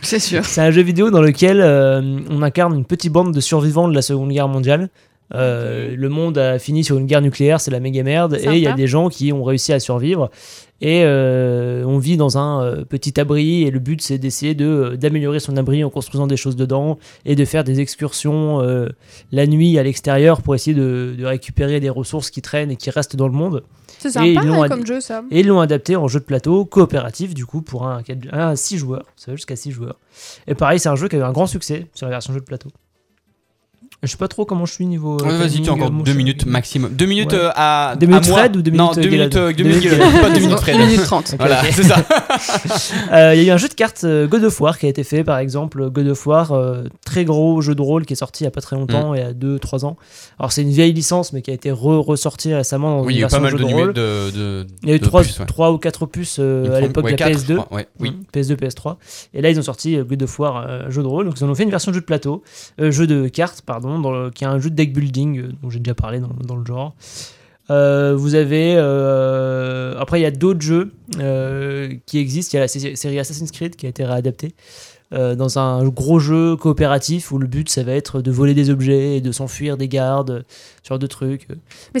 C'est sûr. C'est un jeu vidéo dans lequel euh, on incarne une petite bande de survivants de la Seconde Guerre mondiale. Euh, Le monde a fini sur une guerre nucléaire, c'est la méga merde, et il y a Sympa. des gens qui ont réussi à survivre. Et euh, on vit dans un euh, petit abri, et le but c'est d'essayer de, euh, d'améliorer son abri en construisant des choses dedans, et de faire des excursions euh, la nuit à l'extérieur pour essayer de, de récupérer des ressources qui traînent et qui restent dans le monde. C'est ils sympa l'ont hein, ad- comme jeu, ça. Et ils l'ont adapté en jeu de plateau coopératif, du coup, pour un 6 joueurs. Ça va jusqu'à 6 joueurs. Et pareil, c'est un jeu qui a eu un grand succès sur la version jeu de plateau. Je sais pas trop comment je suis niveau. euh, Ouais, Vas-y, timing, tu as encore euh, mon 2 chat. minutes maximum. 2 minutes Ouais. euh, à. Deux à minutes moi. Fred ou deux Non, minutes, euh, 2 minutes, Galad euh, deux minutes Deux minutes Galad, pas 2 Une minutes Fred. minute 30. Ok, Voilà, ok. c'est ça. Euh, Il y a eu un jeu de cartes euh, God of War qui a été fait, par exemple. God of War, euh, très gros jeu de rôle qui est sorti il y a pas très Mm. longtemps, il y a 2-3 ans. Alors, c'est une vieille licence, mais qui a été re- ressortie récemment dans Oui, une il y a eu version pas mal jeu de de numéros rôle. de. de- Il y a eu de 3, puces, ouais. ou 4 puces euh, Il me à semble- l'époque ouais, de la quatre, PS2. je crois, ouais, oui. Mm, PS2, PS3. Et là, ils ont sorti euh, God of War, euh, jeu de rôle. Donc, ils en ont fait une version jeu de plateau, euh, jeu de cartes, pardon, dans le- qui est un jeu de deck building, euh, dont j'ai déjà parlé dans, dans le genre. Euh, vous avez. euh, après, il y a d'autres jeux euh, qui existent. Il y a la sé- série Assassin's Creed qui a été réadaptée euh, dans un gros jeu coopératif où le but, ça va être de voler des objets et de s'enfuir des gardes, euh, ce genre de trucs. Mais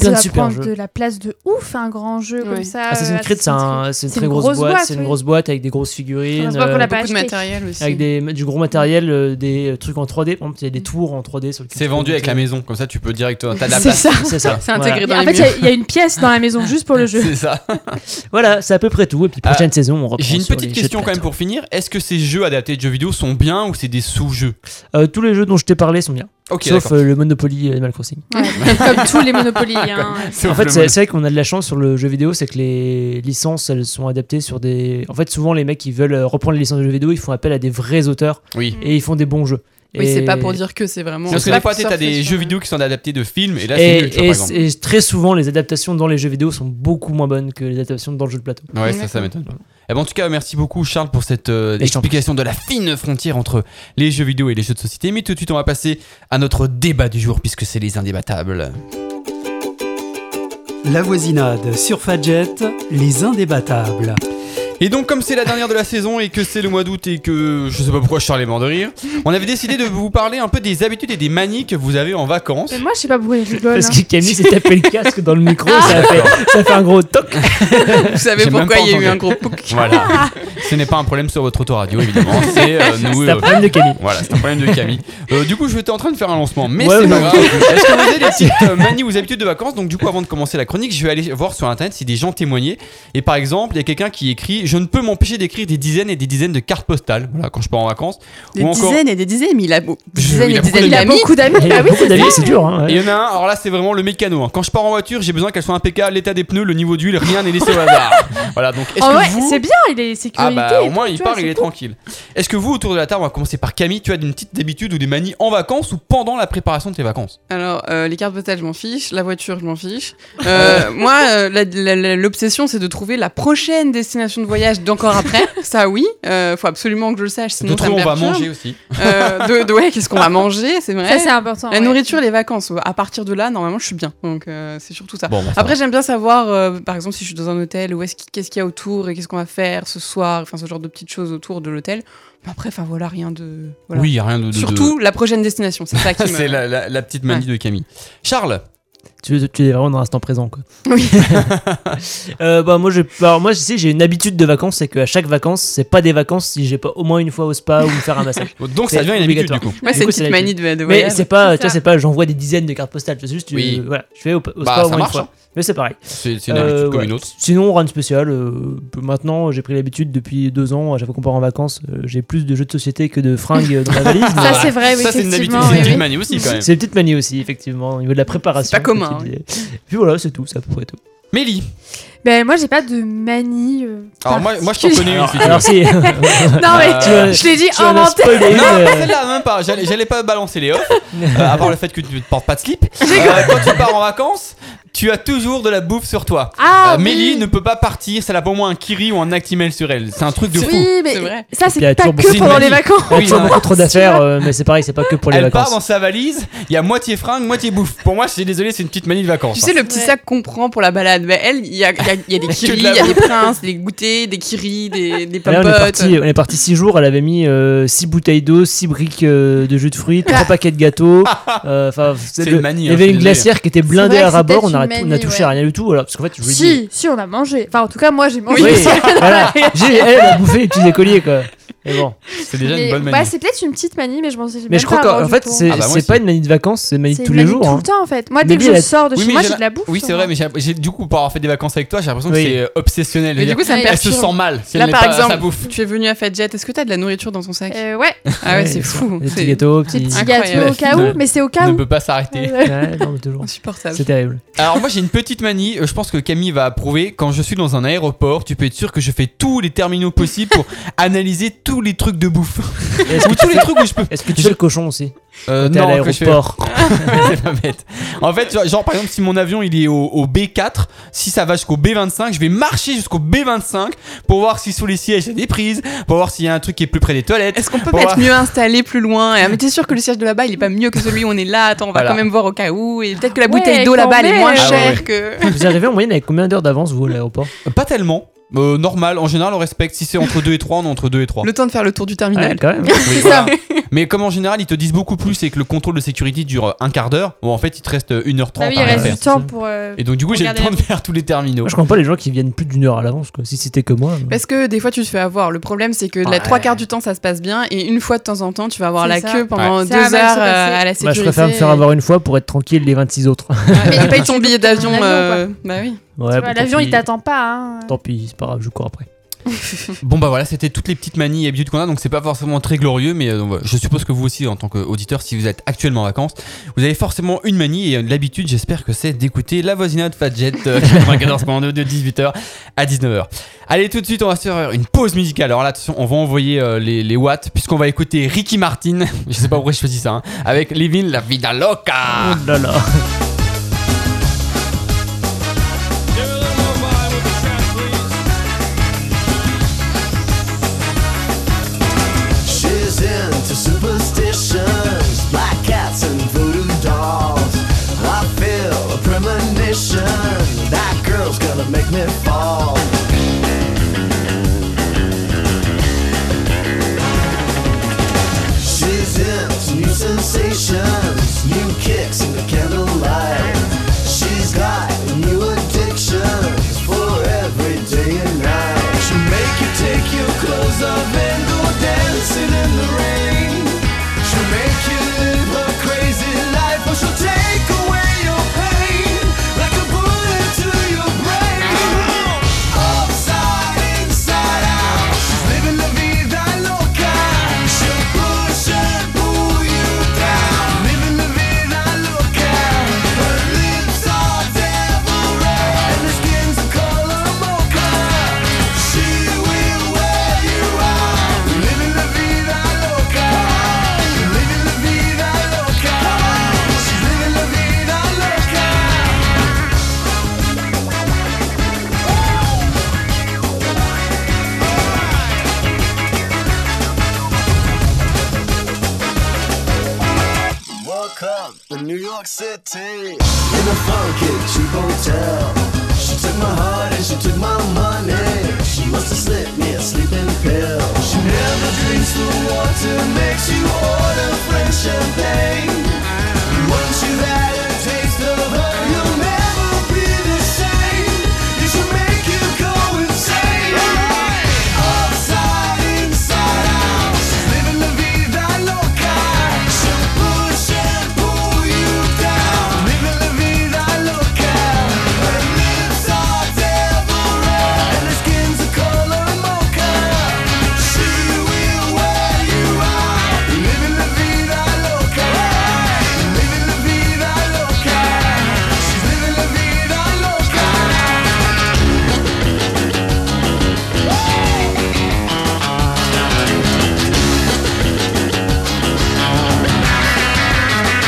Plein ça de va super prendre jeux. de la place de ouf, un grand jeu Ouais. comme ça. Ah Assassin's euh, Creed, c'est Assassin's un- c'est une très grosse, boîte, c'est une oui. grosse boîte avec des grosses On figurines, se voit qu'on euh, l'a pas Beaucoup de acheté. matériel aussi. avec des, du gros matériel, euh, des trucs en 3D. Par exemple, il y a Mm. des tours en 3D sur lesquelles C'est tu peux vendu avec monter. la maison, comme ça tu peux direct. euh, T'as de la C'est place. ça. C'est ça. C'est intégré dans En les fait, il y murs. a- il y, a une pièce dans la maison juste pour le jeu. C'est ça. Voilà, Voilà, c'est à peu près tout. Et puis prochaine saison, on reprend. Ah, J'ai une sur petite les jeux de question quand même plateau. pour finir. Est-ce que ces jeux adaptés de jeux vidéo sont bien ou c'est des sous-jeux Euh, tous les jeux dont je t'ai parlé sont bien, Ok, sauf d'accord. euh, le Monopoly et Animal Crossing. Ouais, comme tous les Monopoly. hein. Sauf en fait, le c'est mode. c'est vrai qu'on a de la chance sur le jeu vidéo, c'est que les licences, elles sont adaptées sur des. En fait, souvent les mecs qui veulent euh, reprendre les licences de jeux vidéo, ils font appel à des vrais auteurs Oui. et ils font des bons jeux. Oui, c'est Et- pas pour dire que c'est vraiment. Parce que c'est des pas fois, pour t'as des surfer sur- jeux vidéo qui sont adaptés de films et là, Ah, c'est nul, tu vois, Et, par et- exemple. et très souvent, les adaptations dans les jeux vidéo sont beaucoup moins bonnes que les adaptations dans le jeu de plateau. Ouais, ça, ça m'étonne. Eh ben, en tout cas, merci beaucoup Charles pour cette euh, Et je t'en explication de la fine frontière entre les jeux vidéo et les jeux de société. Mais tout de suite, on va passer à notre débat du jour puisque c'est les indébattables. La voisinade sur Fadjet, les indébattables. Et donc, comme c'est la dernière de la saison et que c'est le mois d'août et que je sais pas pourquoi Charles est mort de rire, on avait décidé de vous parler un peu des habitudes et des manies que vous avez en vacances. Mais moi, je sais pas pourquoi je rigole. Parce hein. que Camille s'est tapé le casque dans le micro, ça, a fait, ça a fait un gros toc. Vous savez J'ai même pourquoi pas il y a eu entendu. un gros pouc Voilà. Ce n'est pas un problème sur votre autoradio, évidemment. C'est euh, nous. C'est un euh, problème de Camille. Voilà, c'est un problème de Camille. Euh, du coup, je étais en train de faire un lancement, mais Ouais, c'est pas ouais. grave. Est-ce que vous avez des petites euh, manies ou habitudes de vacances Donc, du coup, avant de commencer la chronique, je vais aller voir sur internet si des gens témoignaient. Et par exemple, il y a quelqu'un qui écrit Je ne peux m'empêcher d'écrire des dizaines et des dizaines de cartes postales. Voilà, quand je pars en vacances. Des ou encore. dizaines et des dizaines, mais il a beau- Je- dizaines il a et beaucoup dizaines Il a d'amis. beaucoup d'amis. Il y Bah a oui, beaucoup c'est d'amis, ça. c'est dur. Hein, Et ouais. il y en a un, alors là, c'est vraiment le mécano. hein. Quand je pars en voiture, j'ai besoin qu'elle soit impeccable, l'état des pneus, le niveau d'huile, rien n'est laissé au hasard. Voilà, donc est-ce En que vrai, vous. c'est bien, il est sécurité. Ah bah au moins il tu vois, part, il c'est est cool. tranquille. Est-ce que vous autour de la table, on va commencer par Camille, tu as une petite habitude ou des manies en vacances ou pendant la préparation de tes vacances Alors, euh, les cartes postales, je m'en fiche. La Ah voiture, je m'en fiche. Euh, moi, euh, la- la- la- l'obsession, c'est de trouver la prochaine destination de voyage d'encore après, ça oui, euh, faut absolument que je le sache, sinon D'autres ça me on va perturbe. manger aussi. Euh, de, de- ouais, qu'est-ce qu'on va manger, c'est vrai. Ça, c'est important. la ouais. nourriture, les vacances. À partir de là, normalement, je suis bien. Donc euh, c'est surtout ça. Bon, bah, ça Après, j'aime bien savoir, euh, par exemple, si je suis dans un hôtel, où est-ce qu'il- qu'est-ce qu'il y a autour et qu'est-ce qu'on va faire ce soir, enfin ce genre de petites choses autour de l'hôtel. Mais après, enfin voilà, rien de. va. Voilà. Oui, y a rien de. de- de- Surtout la prochaine destination, c'est ça qui me. C'est la, la- la petite manie de Camille. Charles, Tu, tu es vraiment dans l'instant présent, quoi. Oui. Euh, bah, moi, je, alors, moi, je sais, j'ai une habitude de vacances, c'est qu'à chaque vacances, c'est pas des vacances si j'ai pas au moins une fois au spa ou me faire un massage. donc ça C'est devient une habitude du obligatoire. coup. Moi, Du c'est une coup, c'est petite la- manie de, de Mais voyage. c'est pas, c'est tu vois, ça. c'est pas j'envoie des dizaines de cartes postales, c'est juste, tu- Oui. voilà, je vais au, au Bah, spa ça au moins marche, une fois. hein. Mais c'est pareil. C'est c'est une Euh, habitude comme ouais. une autre. Sinon, run spécial. euh, maintenant, j'ai pris l'habitude depuis deux ans, à chaque fois qu'on part en vacances, euh, j'ai plus de jeux de société que de fringues dans ma valise. Ça, c'est vrai, oui, Ah, Ça, c'est une habitude, effectivement. c'est une oui, petite oui. manie aussi quand même. C'est une petite manie aussi, effectivement, au niveau de la préparation. C'est pas commun, hein. comme tu disais. Puis voilà, c'est tout, c'est à peu près tout. Mélie, Ben, moi, j'ai pas de manie. euh, alors moi, moi je t'en connais une Alors, si tu veux. alors si. Non, mais Tu vas- je l'ai dit tu vas la inventé. spoiler, Non, euh, celle-là, même pas. J'allais j'allais pas balancer les offres, euh, à part le fait que tu ne portes pas de slip. Euh, quand tu pars en vacances, tu as toujours de la bouffe sur toi. Ah, Euh, Mélie oui. ne peut pas partir, ça a pour moi un Kiri ou un Actimel sur elle. C'est un truc de fou. Oui, C'est mais vrai. ça, Il y a c'est pas toujours que beaucoup de pendant les manie. vacances. Il y a Oui, toujours non. beaucoup trop d'affaires, euh, mais c'est pareil, c'est pas que pour les elle part vacances. dans sa valise, il y a moitié fringue, moitié bouffe. Pour moi, je suis désolé, c'est une petite manie de vacances. Tu sais, le petit Ouais. sac qu'on prend pour la balade, bah, elle, il y a, il y a- il y a des kiris, il de la y a des princes, des goûters, des kiris, des, des Là, on, est pompotes. parti, euh, on est parti 6 jours, elle avait mis 6 bouteilles d'eau, 6 briques euh, de jus de fruits, 3 paquets de gâteaux. euh, enfin, C'est le- une manie, Il hein, y avait je une suis désolé. glacière qui était blindée vrai que à c'est ras bord, on peut-être a, une on a manie, touché ouais. à rien du tout. Voilà, parce qu'en fait, je lui dis- Si, si, on a mangé. Enfin, en tout cas, moi, j'ai mangé. Oui, voilà, j'ai elle a bouffé les petits écoliers quoi. Mais bon. C'est déjà Mais- une bonne ouais, manie. c'est peut-être une petite manie, mais je m'en suis Mais même je crois pas qu'en rendu en fait, compte. c'est Ah bah, moi c'est aussi. pas une manie de vacances, c'est une manie de C'est tous une les manie jours. Tout hein. le temps, en fait. Moi, Mais dès que lui, elle je a- sors de Oui, chez mais moi, j'ai j'ai la- de la bouffe. Oui, c'est sur vrai, mais moi. j'ai j'ai- du coup, pour avoir fait des vacances avec toi, j'ai l'impression Oui. que c'est euh, obsessionnel. Mais du C'est-à-dire, coup, ça me Ouais, elle se perturbe. sent mal si Là, elle met par pas sa exemple, bouffe. tu es venu à Fadjet, est-ce que t'as de la nourriture dans ton sac Euh, ouais, Ah ouais, Eh. Ouais, c'est c'est fou. Les petits C'est gâteaux, petits. petit Incroyable. gâteau au cas Ouais. où, mais c'est au cas Ne où. Euh, peut pas s'arrêter. Ouais. Ouais, non, mais toujours. insupportable. C'est terrible. Alors moi j'ai une petite manie, euh, je pense que Camille va approuver, quand je suis dans un aéroport, tu peux être sûr que je fais tous les terminaux possibles pour analyser tous les trucs de bouffe. Est-ce que Ou tu tous les fais- trucs où je peux... est-ce que tu fais le cochon aussi Euh, T'es à non, que je fais- l'aéroport. c'est pas bête. En fait, genre, genre, par exemple si mon avion il est au, au B4, si ça va jusqu'au B25, je vais marcher jusqu'au B25 pour voir si sous les sièges il y a des prises, pour voir s'il y a un truc qui est plus près des toilettes. Est-ce qu'on peut Bon, pas être ouais. mieux installé plus loin Et, ah, Mais t'es sûr que le siège de là-bas, il est pas mieux que celui où on est là Attends, on va Voilà. quand même voir au cas où. Et peut-être que la Ouais, bouteille d'eau là-bas, elle est quand moins même. Ah ouais, chère ouais. que. Vous arrivez en moyenne avec combien d'heures d'avance vous à l'aéroport Pas tellement. Euh, normal, en général on respecte, si c'est entre 2 et 3, on est entre 2 et 3. Le temps de faire le tour du Ouais, terminal. quand même. Oui, voilà. ça. Mais comme en général, ils te disent beaucoup plus et que le contrôle de sécurité dure euh, un quart d'heure, bon, en fait, il te reste euh, 1h30 Bah oui, à il rien reste faire. du temps pour. euh, Et donc, du coup, j'ai le Regardez temps de la faire tous les terminaux. Moi, je comprends pas les gens qui viennent plus d'une heure à l'avance. quoi. Si c'était que moi. Bah, euh, Parce que des fois, tu te fais avoir. Le problème, c'est que la Ouais. trois quarts du temps, ça se passe bien. Et une fois de temps en temps, tu vas avoir C'est la ça. queue pendant Ouais. Ça va deux mal heures se passer. euh, à la Bah, sécurité. je préfère me faire avoir une fois pour être tranquille les 26 autres. Mais tu payes ton billet d'avion. Ton avion, euh, Bah oui. Ouais, tu bah, vois, tant L'avion, pis. il t'attend pas. hein. Tant pis, c'est pas grave, je cours après. Bon, bah voilà, c'était toutes les petites manies et habitudes qu'on a, donc c'est pas forcément très glorieux, mais euh, donc, voilà. je suppose que vous aussi, en tant qu'auditeur, si vous êtes actuellement en vacances, vous avez forcément une manie et euh, l'habitude, j'espère que c'est d'écouter la voisinade Fadjet euh, 94.2 de 18h à 19h. Allez, tout de suite, on va se faire une pause musicale. Alors là, attention, on va envoyer euh, les, les watts, puisqu'on va écouter Ricky Martin, je sais pas pourquoi je choisis ça, hein, avec Living la Vida Loca. Oh là là. She's into superstitions, black cats and voodoo dolls. I feel a premonition that girl's gonna make me fall. She's into new sensations, new kicks in the candlelight. She's got new addictions for every day and night. She'll make you take your clothes off and go dancing in the rain. She'll make you live a crazy life, or she'll take away your pain like a bullet funky cheap hotel. She took my heart and she took my money. She must have slipped me a sleeping pill. She never drinks the water, makes you order French champagne. Once you've had a taste of her, you'll never be the same. You should make you go insane. Upside, inside out, living la vida loca. She'll push and pull you down, living la vida loca. Her lips are devil red, and her skin's the color mocha. She will wear you out, living la vida loca. Living la vida loca. She's living la vida loca.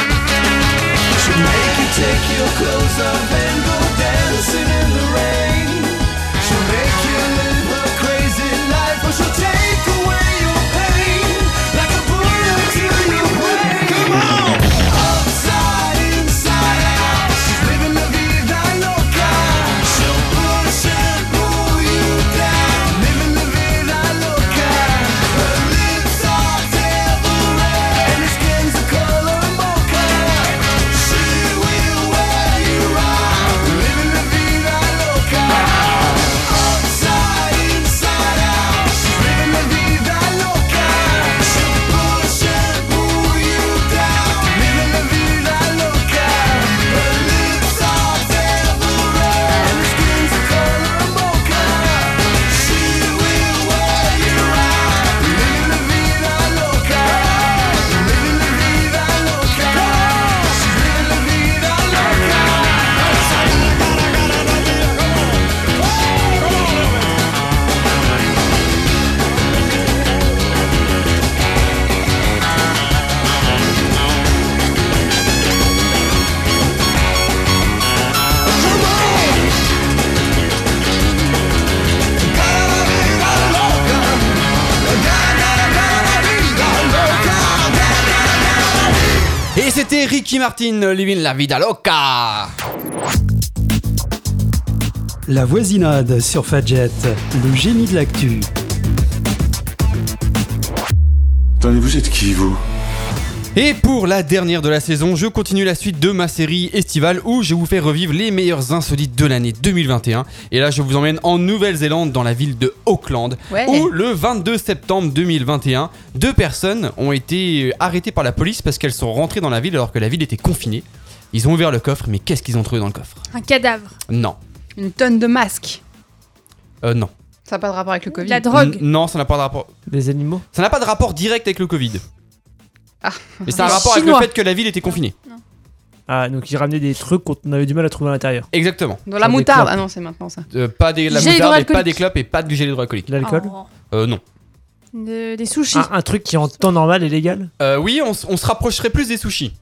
She'll make you take your clothes off and go dancing in the rain. She'll make you live a crazy life, but she'll take away your pain like a bullet to your brain. Come on! Upside, inside out, she's living la vida loca. She'll push and pull you down, living la vida loca. Her lips are devil red, and her skin's the color mocha. She will wear you out, living la vida loca. Upside, inside out, she's living la vida loca. She'll push and pull you down, living la vida loca. Her lips are devil red, and her skin's the color mocha. She will wear you out, living la vida loca. Living la vida loca. Et c'était Ricky Martin, Living la Vida Loca. La voisinade sur Fadjet, le génie de l'actu. Attendez, vous êtes qui, vous Et pour la dernière de la saison, je continue la suite de ma série estivale où je vous fais revivre les meilleurs insolites de l'année 2021. Et là, je vous emmène en Nouvelle-Zélande dans la ville de Auckland Ouais. où le 22 septembre 2021, deux personnes ont été euh, arrêtées par la police parce qu'elles sont rentrées dans la ville alors que la ville était confinée. Ils ont ouvert le coffre, mais qu'est-ce qu'ils ont trouvé dans le coffre Un cadavre, Non. Une tonne de masques. Euh, non. Ça n'a pas de rapport avec le Covid. la drogue, N- non, ça n'a pas de rapport. Des animaux. Ça n'a pas de rapport direct avec le Covid. Ah. Mais ça a un Les rapport Chinois. avec le fait que la ville était confinée. Ah, donc ils ramenaient des trucs qu'on avait du mal à trouver à l'intérieur. Exactement. Dans la Sur des moutarde. clopes. Ah non, c'est maintenant ça. Euh, pas des, la Gel moutarde et hydroalcoolique. pas des clopes et pas du gel hydroalcoolique. De L'alcool. Oh. Euh, non. De- des sushis, Ah, Ah. Un, un truc qui en temps normal est légal Euh, oui, on, s- on se rapprocherait plus des sushis.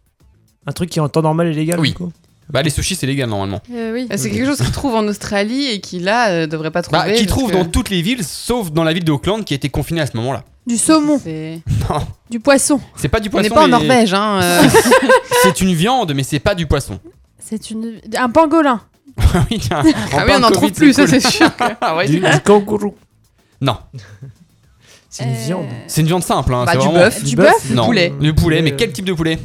Un truc qui en temps normal est légal Oui. du coup Bah, les sushis, c'est légal normalement. Euh, oui. Euh, C'est quelque chose qu'ils trouvent en Australie et qui là euh, devrait pas trouver. Bah, qui parce trouve que dans toutes les villes, sauf dans la ville d'Auckland qui a été confinée à ce moment-là. du saumon, c'est- du poisson. C'est pas du On poisson. n'est pas en mais- Norvège, hein. euh. C'est une viande, mais c'est pas du poisson. C'est une... un pangolin. ah oui, tiens, ah oui, parle on en Covid, trouve plus, ça cool. c'est sûr. Ah ouais, du, c'est- du kangourou. Non, C'est une Euh, viande. c'est une viande simple. Hein, Bah, c'est du vraiment- bœuf. Du Du bœuf bœuf, du Non. poulet. Du poulet, mais Euh, quel type de poulet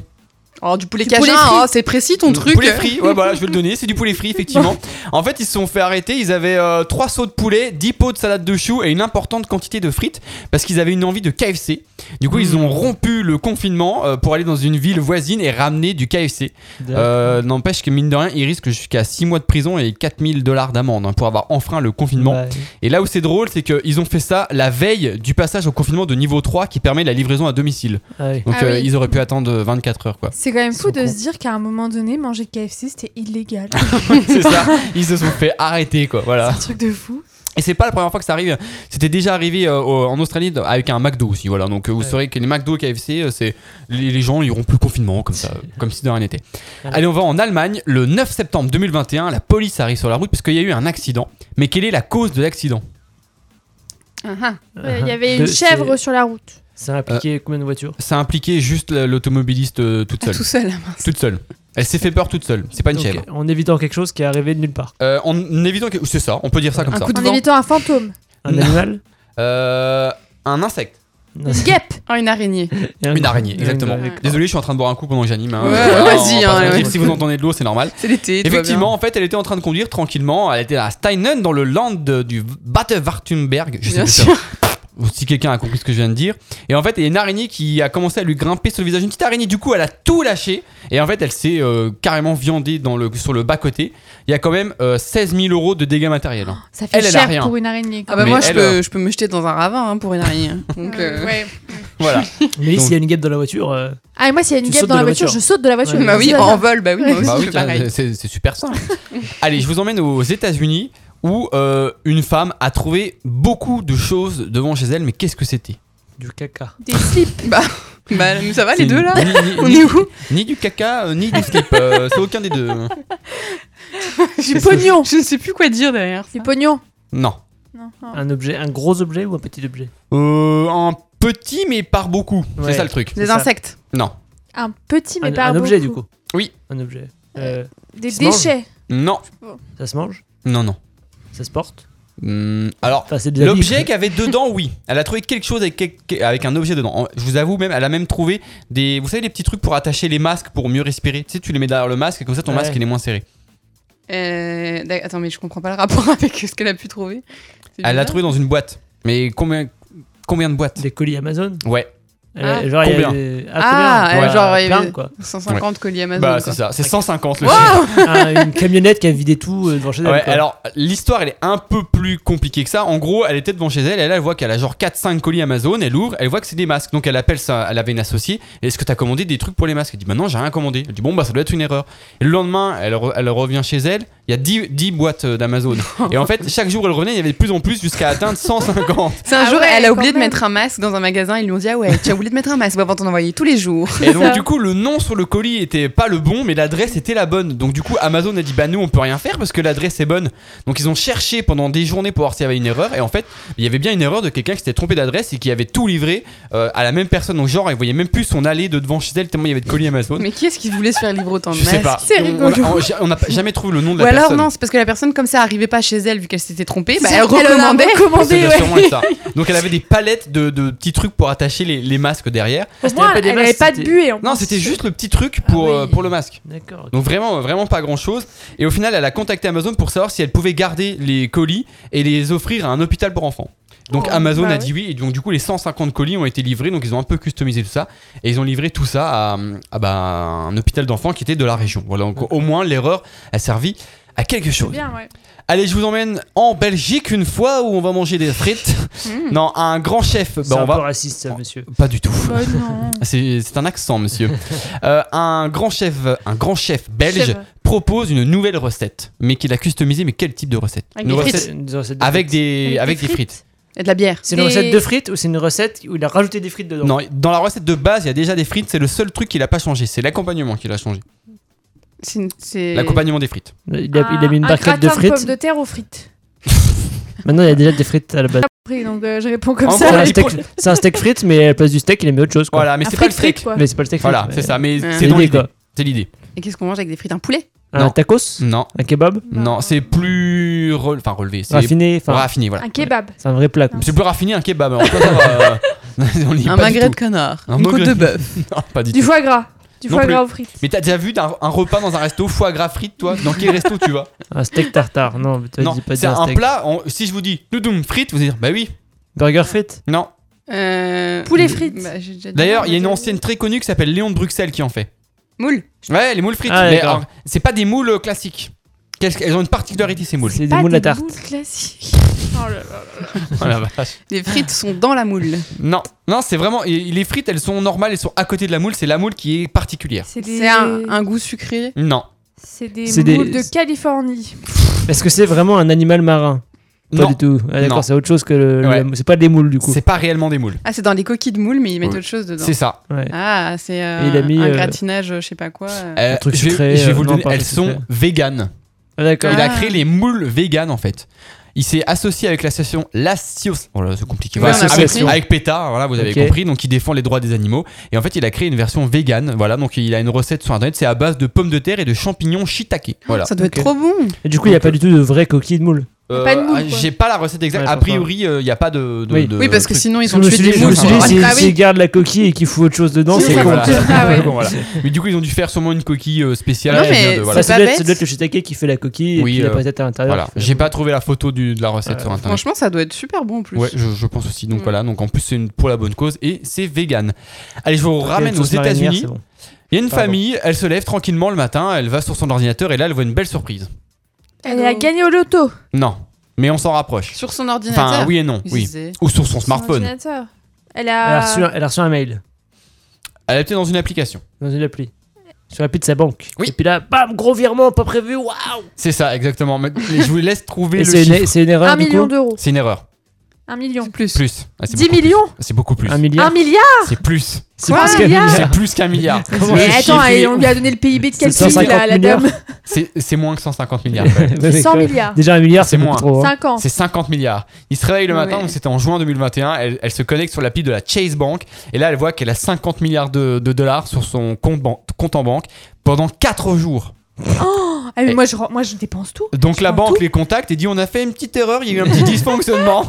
Oh, du poulet Du poulet cajun, frit. oh, c'est précis ton Du truc. Mm. Poulet frit, ouais, voilà, je vais le donner, c'est du poulet frit, effectivement. en fait, ils se sont fait arrêter, ils avaient 3 seaux de poulet, 10 pots de salade de choux et une importante quantité de frites parce qu'ils avaient une envie de KFC. Du coup, ils Mm. ont rompu le confinement euh, pour aller dans une ville voisine et ramener du KFC. Euh, N'empêche que, mine de rien, ils risquent jusqu'à 6 mois de prison et 4000 dollars d'amende hein, pour avoir enfreint le confinement. Ouais. Et là où c'est drôle, c'est qu'ils ont fait ça la veille du passage au confinement de niveau 3 qui permet la livraison à domicile. Ah oui. Donc, Ah euh, oui. ils auraient pu attendre 24 heures, quoi. C'est quand même Ils fou sont de cons. se dire qu'à un moment donné, manger KFC c'était illégal. c'est ça, ils se sont fait arrêter, quoi. Voilà. C'est un truc de fou. Et c'est pas la première fois que ça arrive. C'était déjà arrivé euh, au- en Australie d- avec un McDo aussi. Voilà. Donc euh, vous Ouais. saurez que les McDo et KFC, euh, c'est les, les gens iront plus confinement comme ça, euh, comme si de rien n'était. Voilà. Allez, on va en Allemagne. Le 9 septembre 2021, la police arrive sur la route parce qu'il y a eu un accident. Mais quelle est la cause de l'accident Ah, ah. Euh, Il y De- avait une chèvre sur la route. C'est c'est impliqué combien de voitures Ça impliquait juste la- l'automobiliste euh, toute Ah, seule. Tout seul, mince. Toute seule. Elle s'est fait peur toute seule, c'est pas une Donc, chèvre. En évitant quelque chose qui est arrivé de nulle part. Euh, en évitant que. C'est ça, on peut dire ça comme Un ça. coup de En vent. évitant un fantôme. Un Non. animal Euh, un insecte. Non, Une c'est- guêpe. Ah, une araignée. et un- Euh, Une araignée, exactement. une- Ouais. Désolé, je suis en train de boire un coup pendant que j'anime. hein. Ouais, Voilà, on va vas-y, hein, pas se mentir, ouais. Si vous entendez de l'eau, c'est normal. C'est l'été. tout va bien. Effectivement, en fait, elle était en train de conduire tranquillement. Elle était à Steinen, dans le land de- du Bade-Wartenberg. Je sais Bien plus sûr. ça. Si quelqu'un a compris ce que je viens de dire. Et en fait, il y a une araignée qui a commencé à lui grimper sur le visage. Une petite araignée, du coup, elle a tout lâché. Et en fait, elle s'est euh, carrément viandée dans le, sur le bas-côté. Il y a quand même euh, 16 000 euros de dégâts matériels. Oh. hein. Ça fait Elle, elle a cher rien. pour une araignée. Ah bah Mais moi je elle, peux, euh, je peux me jeter dans un ravin hein, pour une araignée. Donc, euh, ouais. Voilà. Mais s'il y a une guêpe dans la voiture, euh, Ah, et moi, s'il y a une Tu guêpe sautes dans de la la voiture, voiture. je saute de la voiture. Ouais. Bah oui, C'est en bien. vol, bah oui, moi aussi Bah je oui, fais tiens, pareil. c'est c'est super simple. Allez, je vous emmène aux États-Unis où euh, une femme a trouvé beaucoup de choses devant chez elle, mais qu'est-ce que c'était du caca. Des slips. Bah nous, ça va les C'est deux là ni- ni- On ni- est où Ni du caca, euh, ni du slip. euh, c'est aucun des deux. J'ai pognon Je ne sais plus quoi dire derrière. Du pognon. Non. Non, Un objet, un gros objet ou un petit objet Euh, un petit, mais par beaucoup. Ouais. C'est ça le truc. Des ça. insectes. Non. Un petit, mais Un, pas un beaucoup. objet du coup. Oui. Un objet. Euh, Des Ça se mange. déchets. Non. ça se mange Non, non. Ça se porte Hum, alors, Enfin, c'est de la L'objet vie. qu'il y avait dedans, oui. Elle a trouvé quelque chose avec, quelque- avec un objet dedans. En- Je vous avoue, même, elle a même trouvé des. Vous savez, les petits trucs pour attacher les masques pour mieux respirer. Tu sais, tu les mets derrière le masque et comme ça, ton Ouais. masque, il est moins serré. Euh, d'ac- Attends mais je comprends pas le rapport avec ce qu'elle a pu trouver. C'est Elle l'a bizarre. trouvé dans une boîte. Mais combien, combien de boîtes Des colis Amazon Ouais. Euh, Ah. Genre, il y a Combien des- Ah, combien euh, genre, il y plein, avait- quoi. 150 colis Amazon. bah, quoi. c'est ça. C'est 150 le chiffre. Waouh Un- Ah, une camionnette qui a vidé tout euh, devant chez elle. Ouais, quoi. alors l'histoire elle est un peu plus compliquée que ça. En gros, elle était devant chez elle, elle, elle voit qu'elle a genre 4-5 colis Amazon, elle ouvre, elle voit que c'est des masques. Donc elle appelle ça, elle avait une associée, est-ce que t'as commandé des trucs pour les masques Elle dit bah non, j'ai rien commandé. Elle dit bon bah ça doit être une erreur. Et le lendemain, elle, re- elle revient chez elle, il y a 10, 10 boîtes euh, d'Amazon. Et en fait, chaque jour elle revenait, il y avait de plus en plus jusqu'à atteindre 150. C'est un Ah jour, ouais, elle a quand oublié de même. mettre un masque dans un magasin. Ils lui ont dit Ah ouais, tu as oublié de mettre un masque. On va t'en envoyer tous les jours. Et donc du coup, le nom sur le colis était pas le bon, mais l'adresse était la bonne. Donc du coup, Amazon a dit bah nous on peut rien faire parce que l'adresse est bonne. Donc ils ont cherché pendant des journées pour voir s'il y avait une erreur. Et en fait, il y avait bien une erreur de quelqu'un qui s'était trompé d'adresse et qui avait tout livré euh, à la même personne. Donc genre, il voyait même plus son allée de devant chez elle tellement il y avait de colis Amazon. Mais oh, qui est-ce qui voulait se faire livrer autant de Je sais pas. masques C'est On rigolo. a- on- j'ai- on n'a pas- jamais trouvé le nom de Ou la alors personne. non, c'est parce que la personne, comme ça, arrivait pas chez elle vu qu'elle s'était trompée. Bah, C'est- elle en a recommandait. Ça recommandé, doit ouais. sûrement être ça. Donc elle avait des palettes de, de petits trucs pour attacher les, les masques derrière. Au moins, pas des elle masques, n'avait pas de c'était- buée. en Non, plus. c'était juste le petit truc pour, Ah oui. euh, pour le masque. D'accord. ok. Donc vraiment, vraiment pas grand chose. Et au final, elle a contacté Amazon pour savoir si elle pouvait garder les colis et les offrir à un hôpital pour enfants. Donc Oh, Amazon bah a dit oui. Et donc du coup, les 150 colis ont été livrés. Donc ils ont un peu customisé tout ça. Et ils ont livré tout ça à, à, bah, un hôpital d'enfants qui était de la région. Voilà, donc au moins l'erreur a servi à quelque chose. Bien, ouais. Allez, je vous emmène en Belgique une fois où on va manger des frites. non, à un grand chef. C'est Bah, un on va... peu raciste, ça, monsieur. Pas du tout. Ah, Bah, non. C'est c'est un accent, monsieur. Euh, un grand chef, un grand chef belge Chef. propose une nouvelle recette, mais qu'il a customisée. Mais quel type de recette Avec Une des frites. recette Une recette de avec frites. des avec des frites. Et de la bière. C'est une Des- recette de frites ou c'est une recette où il a rajouté des frites dedans Non, dans la recette de base, il y a déjà des frites. C'est le seul truc qu'il a pas changé. C'est l'accompagnement qu'il a changé. C'est une- C'est. L'accompagnement des frites. Il a, il a mis une Un- barquette Ah, de Un gratin de frites. pommes de terre aux frites. Maintenant, il y a déjà des frites à la base. Après, Donc, euh, je réponds comme En ça. gros, C'est un il steak, faut- c'est un steak frites, mais à la place du steak, il a mis autre chose. Quoi. Voilà, mais Un c'est pas le steak. frites, quoi. Mais c'est pas le steak frites. Voilà, mais- c'est ça. Mais Ouais. c'est dans L'idée, l'idée. quoi. C'est l'idée. Et qu'est-ce qu'on mange avec des frites Un poulet Un Non. Mm. tacos Non, Un kebab non, c'est plus rel- enfin relevé. C'est Raffiné enfin, raffiné, voilà. Un kebab. C'est un vrai plat. quoi. C'est plus raffiné un kebab. hein. alors, ça, ça va, euh, on lit Ah, Un pas du magret de tout. canard. Un une côte magret. de bœuf. Non, pas du tout. Du foie gras. Du Non foie plus. gras aux frites. Mais t'as déjà vu d'un- un repas dans un resto foie gras frites, toi Dans quel resto tu vas Un steak tartare. Non, mais tu Mm. Non, dis pas c'est dire un steak. plat. on- si je vous dis doudoum frites, vous allez dire bah oui. Burger frites Non. Euh, Poulet frites. bah, j'ai déjà dit- D'ailleurs, il y a une ancienne très connue qui s'appelle Léon de Bruxelles qui en fait. Moule. Ouais, les moules frites. Ah, mais d'accord. alors, c'est pas des moules euh, classiques. Qu'est-ce que- elles ont une particularité ces moules. C'est des moules à la tarte. classiques. Oh là là. Oh la vache. Les frites sont dans la moule. Non, non, c'est vraiment et- les frites. Elles sont normales, elles sont à côté de la moule. C'est la moule qui est particulière. C'est des. C'est un, un goût sucré. Non, C'est des C'est moules des- de Californie. Est-ce que c'est vraiment un animal marin Pas non, du tout. Ah, Non. D'accord, c'est autre chose que le. le- Ouais. C'est pas des moules du coup. c'est pas réellement des moules. Ah, c'est dans les coquilles de moule, mais ils mettent Oui. autre chose dedans. C'est ça. Ouais. Ah, c'est euh, Et il a mis, un euh, gratinage, euh, je sais pas quoi. euh. Euh, truc je, vais, sucré, je vais euh, vous le non, donner. pas un Elles truc sont sucré. véganes. Ah, D'accord. Il a Ah. créé les moules véganes en fait. Il s'est associé avec l'association Lassios. Oh là, c'est compliqué. Oui, on a avec, compris. avec PETA, voilà, vous avez Ok. compris. Donc, il défend les droits des animaux. Et en fait, il a créé une version vegan. Voilà, donc il a une recette sur internet. C'est à base de pommes de terre et de champignons shiitake. Voilà. Ça doit Ok. être trop bon. Et du coup, il n'y a pas du tout de vraie coquille de moule. Euh, Pas de moule, quoi. J'ai pas la recette exacte. Ouais, je a pense pas. priori, euh, il n'y a pas de. de- Oui. de Oui, parce que truc. sinon, ils Je ont me tué suis dit, des je me moules. suis dit, enfin, si- Ah s'il oui. garde la coquille et qu'il fout autre chose dedans, Oui, c'est con. voilà. Ah ouais. Bon, voilà. Mais du coup, ils ont dû faire sûrement une coquille euh, spéciale. Non, qui mais vient de- voilà. Ça, ça pas doit être bête. ça doit être le shiitake qui fait la coquille Oui, et puis la euh, patate à l'intérieur. Voilà. qui fait- J'ai pas trouvé la photo du- de la recette Euh, sur internet. Franchement, ça doit être super bon en plus. Ouais, je, je pense aussi. Donc Mm. voilà, donc en plus c'est une pour la bonne cause et c'est vegan. Allez, je vous Et ramène une aux sauce marinière, États-Unis. c'est bon. Il y a une Pardon. famille, elle se lève tranquillement le matin, elle va sur son ordinateur et là elle voit une belle surprise. Elle a gagné au loto. Non, mais on s'en rapproche. Sur son ordinateur. Enfin, oui et non, Ils oui. disaient- Ou sur son Son smartphone. ordinateur. Elle Elle a reçu a. un- elle a reçu un mail Elle est peut-être dans une application. dans une appli. Sur l'appli de sa banque. Oui. Et puis là, bam, gros virement, pas prévu, waouh! C'est ça, exactement. Mais je vous laisse trouver Et le c'est chiffre. une, c'est une erreur. Un du million coup d'euros. C'est une erreur. Un million. Plus. Plus. Ah, c'est 10 beaucoup plus. millions C'est beaucoup plus. Un milliard. Un milliard C'est plus. C'est Quoi, parce un qu'un milliard C'est plus qu'un milliard. Comment Le Mais attends, chiffre, il est elle- on lui a donné le PIB de C'est calcul, la, 150 la dame. C'est c'est moins que 150 milliards. Ouais, c'est 100 quand même- milliards. Déjà un milliard, C'est c'est moins. beaucoup trop. hein. 5 ans. C'est 50 milliards. Il se réveille le matin, Oh. Ouais. donc c'était en juin 2021. Elle, elle se connecte sur l'appli de la Chase Bank et là elle voit qu'elle a 50 milliards de, de dollars sur son compte, ban- compte en banque pendant 4 jours. Ah, mais Et- moi, je, ren- moi, je dépense tout. Donc la prends banque tout les contacte et dit on a fait une petite erreur, il y a eu un petit dysfonctionnement.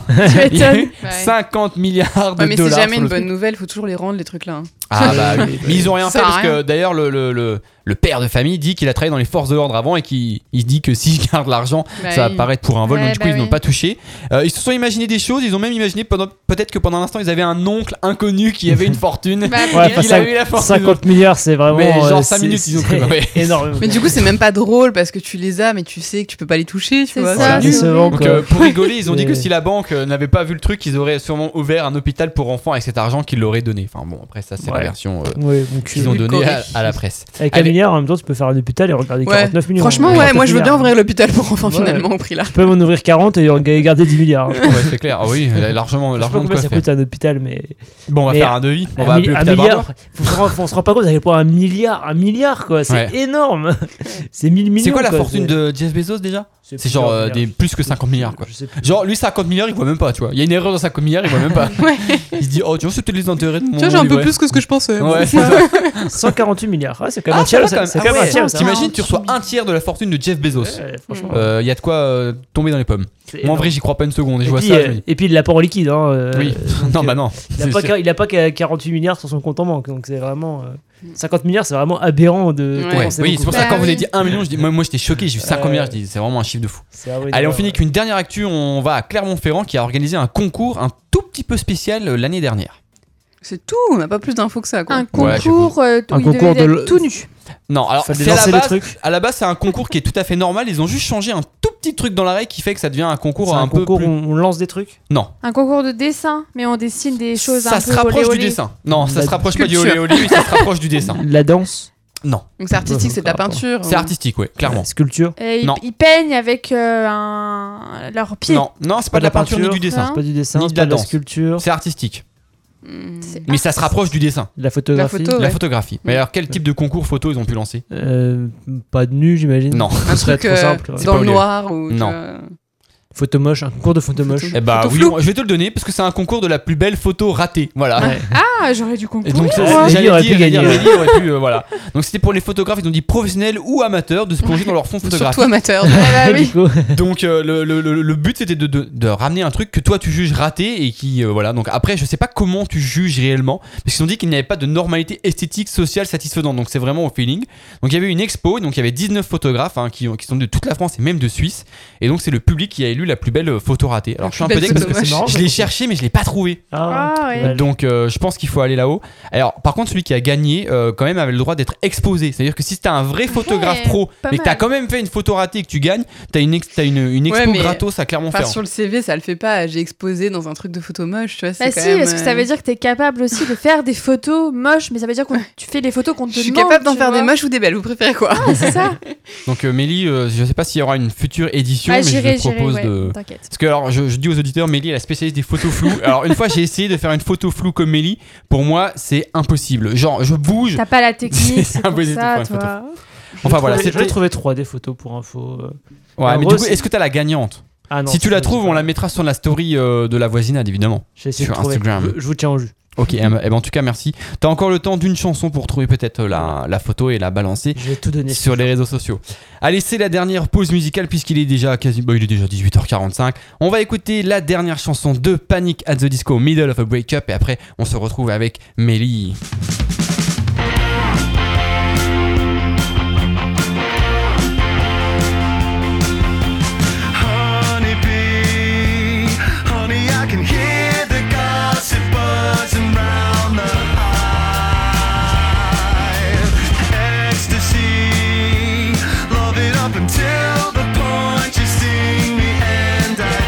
il y a eu Ouais. 50 milliards de Ouais, mais c'est dollars. jamais sur une le bonne truc. nouvelle, faut toujours les rendre les trucs là. hein. Ah bah oui. Mais ils ont rien Ça fait sert à parce rien. que d'ailleurs le, le, le- le père de famille dit qu'il a travaillé dans les forces de l'ordre avant et qu'il il dit que si je garde l'argent Bah ça va oui. paraître pour un vol, Ouais, donc du coup bah ils n'ont oui. pas touché. Euh, ils se sont imaginé des choses, ils ont même imaginé pendant- peut-être que pendant un instant ils avaient un oncle inconnu qui avait une fortune. Bah, Ouais, il parce a que eu la fortune. 50 milliards, c'est vraiment. Mais genre 5 euh, c'est- minutes ils ont c'est cru. Ouais. Énorme. Mais du coup, c'est même pas drôle parce que tu les as, mais tu sais que tu peux pas les toucher, tu C'est vois. ça. Voilà, c'est nul. décevant, Donc quoi. euh, pour rigoler, ils ont dit que C'est- si la banque euh, n'avait pas vu le truc, ils auraient sûrement ouvert un hôpital pour enfants avec cet argent qu'ils l'auraient donné. Enfin bon, après ça c'est la Ouais. version euh, Ouais, mon cul. qu'ils ont donnée à, correct. à la presse. Avec un Allez. milliard, en même temps, tu peux faire un hôpital et regarder Ouais. 49 millions. Franchement, ouais, 49 moi je veux bien milliards. ouvrir l'hôpital pour enfants Ouais. finalement au prix là. Tu peux m'en ouvrir 40 et en ga- garder 10 milliards. Ouais, c'est clair. Ah oui, largement, Je sais pas largement de combien quoi ça faire. coûte un hôpital, mais. Bon, on va Mais faire un devis. On va un, appeler mi- un l'hôpital Barnard. milliard. Faut se rendre- on se rend pas compte à quel point un milliard, un milliard, quoi. C'est Ouais. énorme. C'est 1000 millions. C'est quoi la fortune c'est- de Jeff Bezos déjà C'est plusieurs genre euh, des milliards. plus que 50 milliards quoi. Je sais plus. Genre, lui, 50 milliards, il voit même pas, tu vois. Il y a une erreur dans 50 milliards, il voit même pas. Ouais. Il se dit, oh, tu vois, c'était les intérêts de mon. Tu vois, j'ai un peu livret. plus que ce que je pensais. hein. Ouais, C'est ça. 148 milliards. Ah, c'est quand même Ah, un tiers. ça va quand ça- C'est même. quand même Ah un ouais. tiers, ça. T'imagines, tu reçois un tiers de la fortune de Jeff Bezos. Euh, Ouais, franchement, Il y a de quoi euh, tomber dans les pommes. c'est Moi, en énorme. vrai, j'y crois pas une seconde. Et je Et vois puis, ça. euh, je me dis, et puis il l'a pas en liquide. Hein, euh, Oui. donc, non, euh, bah non. Il n'a C'est- pas, c'est- qu'à- il a pas qu'à 48 milliards sur son compte en banque. Donc c'est vraiment. euh, 50 milliards, c'est vraiment aberrant de. Ouais. Ouais, penser oui, c'est beaucoup. pour ça, Mm. Bah quand vous avez oui. dit 1 million, je dis, moi, moi j'étais choqué, j'ai vu 50 Ouais. milliards, je dis, c'est vraiment un chiffre de fou. C'est vraiment une Allez, on erreur, finit ouais. avec une dernière actu, on va à Clermont-Ferrand qui a organisé un concours un tout petit peu spécial euh, l'année dernière. C'est tout, on n'a pas plus d'infos que ça quoi. Un Ouais, concours, euh, Un où il devait concours de être le- tout nu. Non, alors, c'est Fallait à la lancer les base, trucs. À la base, c'est un concours qui est tout à fait normal. Ils ont juste changé un tout petit truc dans l'arrêt qui fait que ça devient un C'est concours un, un peu concours où plus. on lance des trucs. Non, Un concours de dessin, mais on dessine des choses ça un se peu rapproche olé, olé. du dessin. Non, ça La se rapproche pas du olé sculpture. olé, mais ça se rapproche du dessin. La danse. Non, Donc c'est artistique, c'est de la peinture. hein. c'est artistique, ouais, clairement. La sculpture. Et ils, Non. ils peignent avec euh, un... leurs pieds. Non, non, c'est pas de la peinture ni du dessin. Non. C'est pas du dessin, Ni de c'est la pas de la danse. sculpture, C'est artistique, Hmm. C'est- mais ça se rapproche du dessin, de la photographie. photo. de la Ouais. photographie. Mais alors, quel type de concours photo ils ont pu lancer Euh, pas de nu, j'imagine. Non. Un Ce serait truc trop euh, simple. ouais. C'est dans pas le au lieu. noir ou. tu Non. vois. Photo moche, un concours de photo moche. Eh bah Photo oui, floue. on- je vais te le donner parce que c'est un concours de la plus belle photo ratée. Voilà. Ouais. Ah, j'aurais dû Et concourir. donc, ça, Ouais. j'allais Lily aurait dire, pu gagner, Lily ouais. aurait pu, euh, voilà. Donc, c'était pour les photographes, ils ont dit professionnels ou amateurs de se plonger dans leur fond photographique. Surtout amateur. Eh Ah bah Du oui. coup, Donc euh, le, le- le- le but c'était de, de- de ramener un truc que toi tu juges raté et qui euh, voilà donc après je sais pas comment tu juges réellement parce qu'ils ont dit qu'il n'y avait pas de normalité esthétique sociale satisfaisante donc c'est vraiment au feeling donc il y avait une expo donc il y avait 19 photographes hein, qui, ont- qui sont de toute la France et même de Suisse et donc c'est le public qui a élu la plus belle euh, photo ratée alors je suis un peu belle deg parce photo que moche. c'est marrant. je l'ai cherché mais je l'ai pas trouvé Ah, Ah, ouais. dommage. donc euh, je pense qu'il faut aller là-haut alors par contre celui qui a gagné euh, quand même avait le droit d'être exposé c'est à dire que si t'es un vrai photographe Ouais, pro pas mais que t'as mal. quand même fait une photo ratée et que tu gagnes t'as une, ex- t'as une, une Ouais, expo mais- gratos à Enfin, Clermont-Ferrand sur le CV, ça le fait pas. J'ai exposé dans un truc de photo moche, tu vois. c'est Bah si, quand même, parce que ça euh, veut dire que t'es capable aussi de faire des photos moches, mais ça veut dire que tu fais des photos qu'on te Je suis demande, capable d'en tu faire des vois. moches ou des belles, vous préférez quoi Ah, c'est ça. Donc euh, Mélie, euh, je sais pas s'il y aura une future édition, Ah, mais je j'irai, te j'irai, propose ouais, de. t'inquiète. Parce que alors je, je dis aux auditeurs, Mélie est la spécialiste des photos floues. alors une fois j'ai essayé de faire une photo floue comme Mélie, pour moi c'est impossible. Genre je bouge. T'as pas la technique, C'est c'est pour impossible de faire ça, une photo. toi. Enfin voilà, J'ai c'était. trouvé 3 des photos pour info. euh, Ouais, En mais gros, du coup, c'est- est-ce que t'as la gagnante Ah non, si tu ça, la je trouves, sais on pas. la mettra sur la story euh, de la voisinade, évidemment. J'essaie de sur trouver. Instagram. Je, je vous tiens au jus. Ok, eh ben eh ben, en tout cas, merci. T'as encore le temps d'une chanson pour trouver peut-être euh, la, la photo et la balancer Je vais tout donner. sur les réseaux sociaux. Allez, c'est la dernière pause musicale puisqu'il est déjà quasi, bon, il est déjà 18h45. On va écouter la dernière chanson de Panic at the Disco, Middle of a Breakup, et après on se retrouve avec Melly. Honeybee, honey, I can hear the gossip buzzing round the hive. Ecstasy, love it up until the point you sting me and I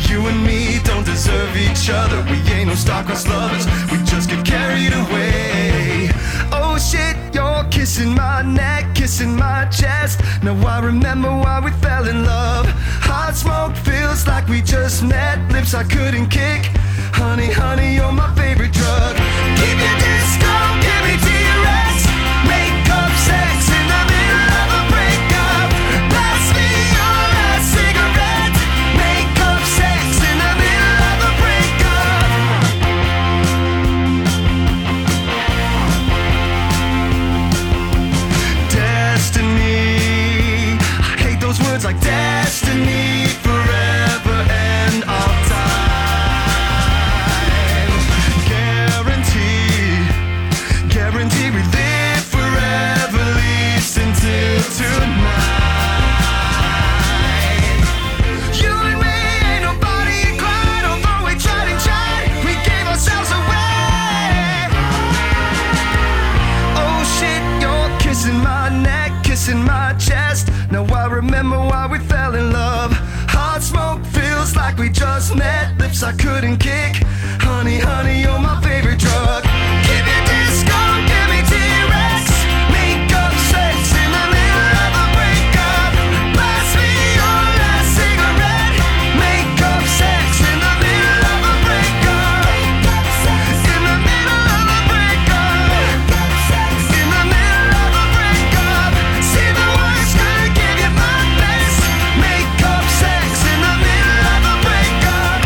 die. You and me don't deserve each other. We ain't no star-crossed lovers. We just get carried away. Oh shit, you're kissing my neck, kissing my chest. Now I remember why we fell in love. Hot smoke feels like we just met. Lips I couldn't kick. Honey, honey, you're my favorite drug. Keep your disco, give me T-Rex. Make up sex in the middle of a breakup. Pass me your last cigarette. Make up sex in the middle of a breakup. destiny. I hate those words like destiny forever and all time. Guarantee, guarantee we live forever, at least until tonight. You and me ain't nobody in quite, although we tried and tried, we gave ourselves away. Oh shit, you're kissing my neck, kissing my chest. Now I remember why we fell in love. Hot smoke feels like we just met. Lips I couldn't kick. Honey, honey, you're my favorite drug. Give me disco, give me T-Rex. Make up sex in the middle of a breakup. Pass me your last cigarette. Make up sex in the middle of a breakup. In the middle of a breakup. In the middle of a breakup, see the words I give you my best. Make up sex in the middle of a breakup.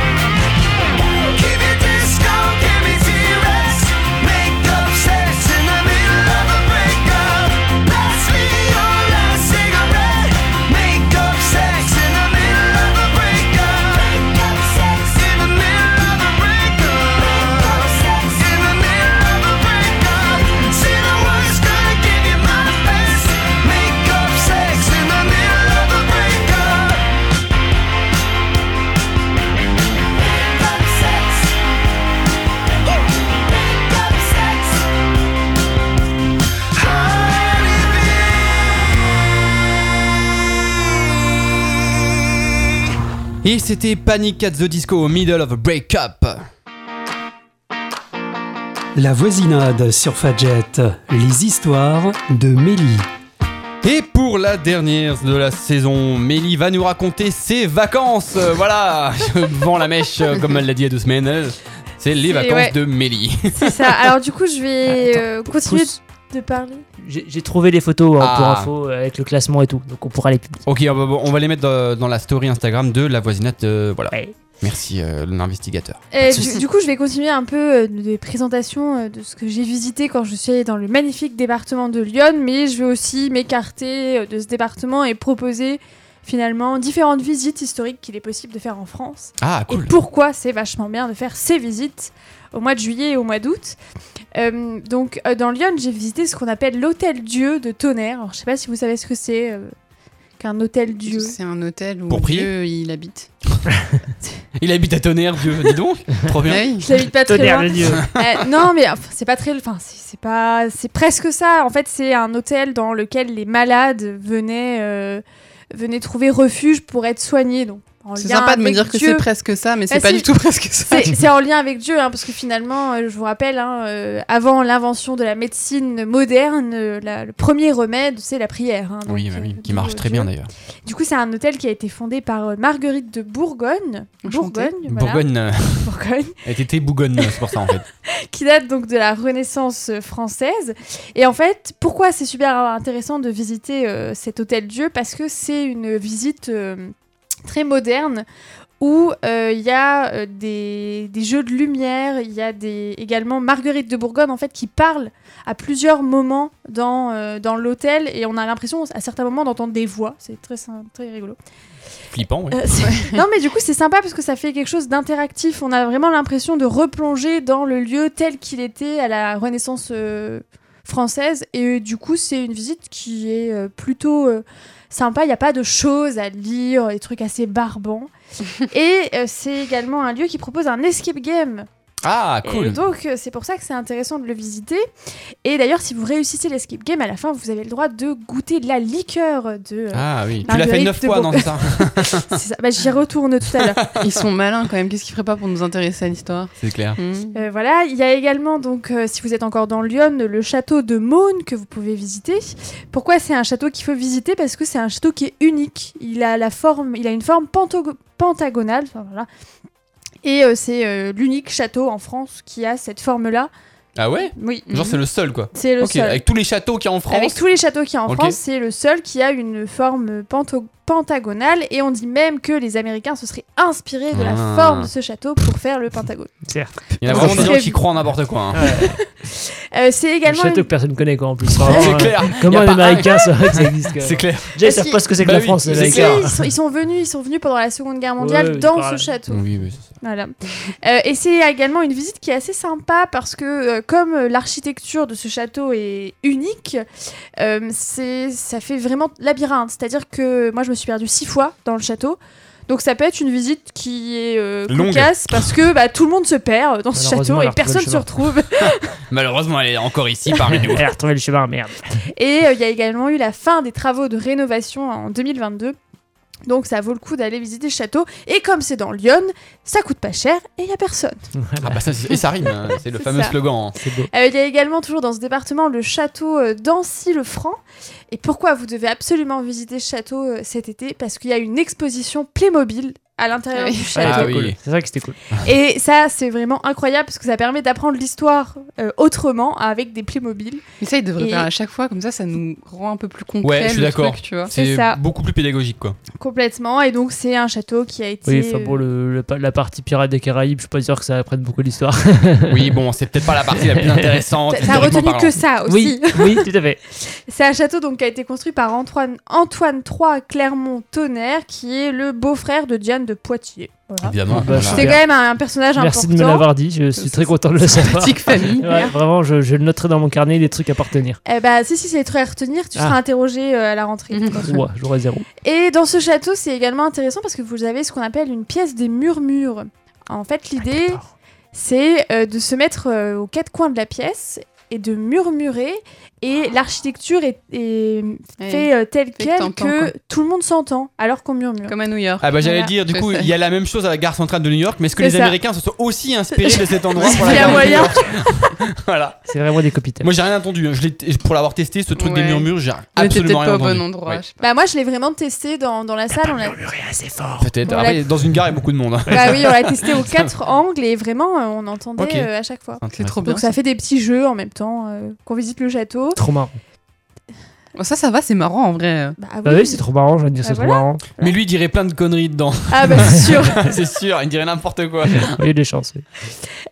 Give me disco, give me T-Rex. Make up sex in the middle of a breakup. Pass me your last cigarette. Make up sex in the middle of a breakup. Make up sex in the middle of a breakup. Make up sex in the middle of a breakup. See the worst I give you my best. Make up sex in the middle of a breakup. Make up sex. Make up sex. Honeybee. Et c'était Panic at the Disco, Middle of a Breakup. La voisinade sur Fadjet, les histoires de Mélie. Et pour la dernière de la saison, Mélie va nous raconter ses vacances. Euh, Voilà, je vends la mèche euh, comme elle l'a dit il y a deux semaines. Euh, C'est les C'est- vacances ouais. de Mélie. C'est ça. Alors du coup, je vais euh, continuer Tous- de parler. J'ai j'ai trouvé les photos hein, pour Ah. info euh, avec le classement et tout, donc on pourra les publier. Ok, on va- on va les mettre dans, dans la story Instagram de la voisinade. euh, voilà. Ouais. Merci euh, l'investigateur. Euh, souci. du, du coup, je vais continuer un peu euh, des présentations euh, de ce que j'ai visité quand je suis allée dans le magnifique département de Lyon, mais je vais aussi m'écarter euh, de ce département et proposer finalement différentes visites historiques qu'il est possible de faire en France. Ah, et cool. pourquoi c'est vachement bien de faire ces visites au mois de juillet et au mois d'août. Euh, donc euh, dans Lyon, j'ai visité ce qu'on appelle l'hôtel Dieu de Tonnerre. Alors, je sais pas si vous savez ce que c'est euh, qu'un hôtel Dieu. C'est un hôtel où Pour prier Dieu il habite. Il habite à Tonnerre, Dieu. Dis donc. Trop bien. Ouais. Je l'habite pas très Tonnerre loin. de Dieu. Euh, non, mais enfin, c'est pas très. Enfin, c'est c'est pas. C'est presque ça. En fait, c'est un hôtel dans lequel les malades venaient, euh, venaient trouver refuge pour être soignés. Donc, en C'est lien sympa de me avec dire que Dieu. c'est presque ça, mais c'est Bah, pas si. du tout presque Ah, ça. C'est c'est en lien avec Dieu, hein, parce que finalement, euh, je vous rappelle, hein, euh, avant l'invention de la médecine moderne, euh, la- le premier remède, c'est la prière. hein, Oui, donc, bah euh, oui, qui d'où, marche euh, très Dieu. bien d'ailleurs. Du coup, c'est un hôtel qui a été fondé par euh, Marguerite de Bourgogne. Enchantée. Bourgogne, voilà. Bourgogne, euh, Bourgogne. elle était bougonne, c'est pour ça en fait. qui date donc de la Renaissance euh, française. Et en fait, pourquoi c'est super intéressant de visiter euh, cet hôtel Dieu Parce que c'est une visite euh, très moderne où euh, il y a euh, des, des jeux de lumière, il y a des, également Marguerite de Bourgogne en fait qui parle à plusieurs moments dans, euh, dans l'hôtel et on a l'impression à certains moments d'entendre des voix, c'est très, sy- très rigolo. Flippant, oui. Euh, c'est- non mais du coup c'est sympa parce que ça fait quelque chose d'interactif. On a vraiment l'impression de replonger dans le lieu tel qu'il était à la Renaissance euh, française et euh, du coup c'est une visite qui est euh, plutôt euh, sympa. Il n'y a pas de choses à lire, des trucs assez barbants. et euh, c'est également un lieu qui propose un escape game. Ah, Et cool. donc euh, c'est pour ça que c'est intéressant de le visiter. Et d'ailleurs si vous réussissez l'escape game à la fin vous avez le droit de goûter de la liqueur de. euh, Ah oui, tu l'as fait Marguerite neuf de fois, non, Bourgogne. c'est ça c'est ça. Bah, j'y retourne tout à l'heure. Ils sont malins quand même. Qu'est-ce qu'ils feraient pas pour nous intéresser à l'histoire C'est clair. Hmm. Euh, voilà, il y a également, donc, euh, si vous êtes encore dans Lyon, le château de Maune que vous pouvez visiter. Pourquoi c'est un château qu'il faut visiter Parce que c'est un château qui est unique. Il a, la forme, il a une forme pento- pentagonale. enfin, voilà. Et euh, c'est euh, l'unique château en France qui a cette forme-là. Ah ouais Oui, Genre, c'est le seul quoi. c'est le Ok, seul. avec tous les châteaux qu'il y a en France. Avec tous les châteaux qu'il y a en Ok. France, c'est le seul qui a une forme pento- pentagonale. Et on dit même que les Américains se seraient inspirés de la Ah. forme de ce château pour faire le Pentagone. Certes. Il y en a Ça vraiment des fait- gens qui croient en n'importe quoi. hein. Euh, c'est Le également. château une- que personne connaît quoi en plus. C'est Vraiment, clair. euh, Comment Y a les pas un- Américains savent que ça existe quoi. C'est clair. Déjà ils savent Parce pas ce que c'est que Bah la oui, France les c'est Si, clair. Américains. ils, sont, ils sont venus, ils sont venus pendant la Seconde Guerre mondiale Ouais, oui, dans c'est ce pareil. château. Oui, oui, c'est ça. Voilà. Euh, et c'est également une visite qui est assez sympa parce que euh, comme euh, l'architecture de ce château est unique, euh, c'est ça fait vraiment labyrinthe. C'est-à-dire que moi je me suis perdue six fois dans le château. Donc ça peut être une visite qui est euh, Longue. cocasse parce que bah, tout le monde se perd dans ce Malheureusement, château elle et a retrouvé le personne se chemin. retrouve. Malheureusement, elle est encore ici parmi nous. Elle a retrouvé le chemin, merde. Et euh, il y a également eu la fin des travaux de rénovation en 2022. Donc ça vaut le coup d'aller visiter le château. Et comme c'est dans Lyon, ça coûte pas cher et il y a personne. Ah bah ça, c'est- et ça rime, hein. c'est le C'est fameux ça. slogan. hein. C'est beau. Euh, Il y a également toujours dans ce département le château euh, d'Ancy-le-Franc. Et pourquoi vous devez absolument visiter ce château euh, cet été Parce qu'il y a une exposition Playmobil à l'intérieur Ah oui. du château. Ah Ah, oui. cool. C'est vrai que c'était cool. Et ça, c'est vraiment incroyable parce que ça permet d'apprendre l'histoire euh, autrement avec des Playmobil. Mais ça, ils devraient Et- faire à chaque fois. Comme ça, ça nous rend un peu plus concret. Ouais, je suis le d'accord. truc, Tu vois. C'est C'est ça. beaucoup plus pédagogique quoi. Complètement. Et donc, c'est un château qui a été. Oui, enfin bon, le- le- la partie pirate des Caraïbes, je suis pas sûr que ça apprenne beaucoup l'histoire. Oui, bon, c'est peut-être pas la partie la plus intéressante. T'as- T'as retenu historiquement que parlant. ça aussi. Oui, oui, tout à fait. C'est un château donc qui a été construit par Antoine, Antoine III Clermont-Tonnerre, qui est le beau-frère de Diane de Poitiers. Voilà. Évidemment. Ah bah, voilà. C'est quand même un, un personnage Merci de me important. l'avoir dit, je suis très content de le savoir. Petite famille. Ouais, vraiment, je, je le noterai dans mon carnet des trucs à partenir. Eh bah, si, si, c'est les trucs à retenir, tu Ah. seras interrogé euh, à la rentrée. Mhm. Ouah, j'aurais zéro. Et dans ce château, c'est également intéressant parce que vous avez ce qu'on appelle une pièce des murmures. En fait, l'idée, c'est euh, de se mettre euh, aux quatre coins de la pièce et de murmurer. Et l'architecture est, est Ouais. fait euh, telle Ah. que quelle t'entends, que tout le monde s'entend alors qu'on murmure. Comme à New York. Ah bah j'allais Voilà. dire, du Ça, coup, ça- il y a la même chose à la gare centrale de New York, mais est-ce que C'est les ça. Américains se sont aussi inspirés de cet endroit pour la Il y a gare de New moyen. York Voilà. C'est vraiment des copitaines. Moi j'ai rien entendu, hein. Je l'ai t- pour l'avoir testé, ce truc des Ouais. murmures, j'ai Mais t'es peut-être absolument rien pas au entendu. bon endroit. Ouais. je sais pas. Bah moi je l'ai vraiment testé dans, dans la salle. On l'a... assez fort. Peut-être. Voilà. Après, dans une gare, il y a beaucoup de monde. hein. Bah oui, on l'a testé aux quatre angles et vraiment euh, on entendait Ok. euh, à chaque fois. C'est trop bien. Donc ça fait des petits jeux en même temps euh, qu'on visite le château. Trop marrant. Oh, Ça, ça va, c'est marrant en vrai. Bah Bah oui, c'est trop marrant, je viens de dire Bah c'est trop voilà. marrant. Mais lui, il dirait plein de conneries dedans. Ah bah c'est sûr. c'est sûr, il dirait n'importe quoi. Il y a des chances. oui.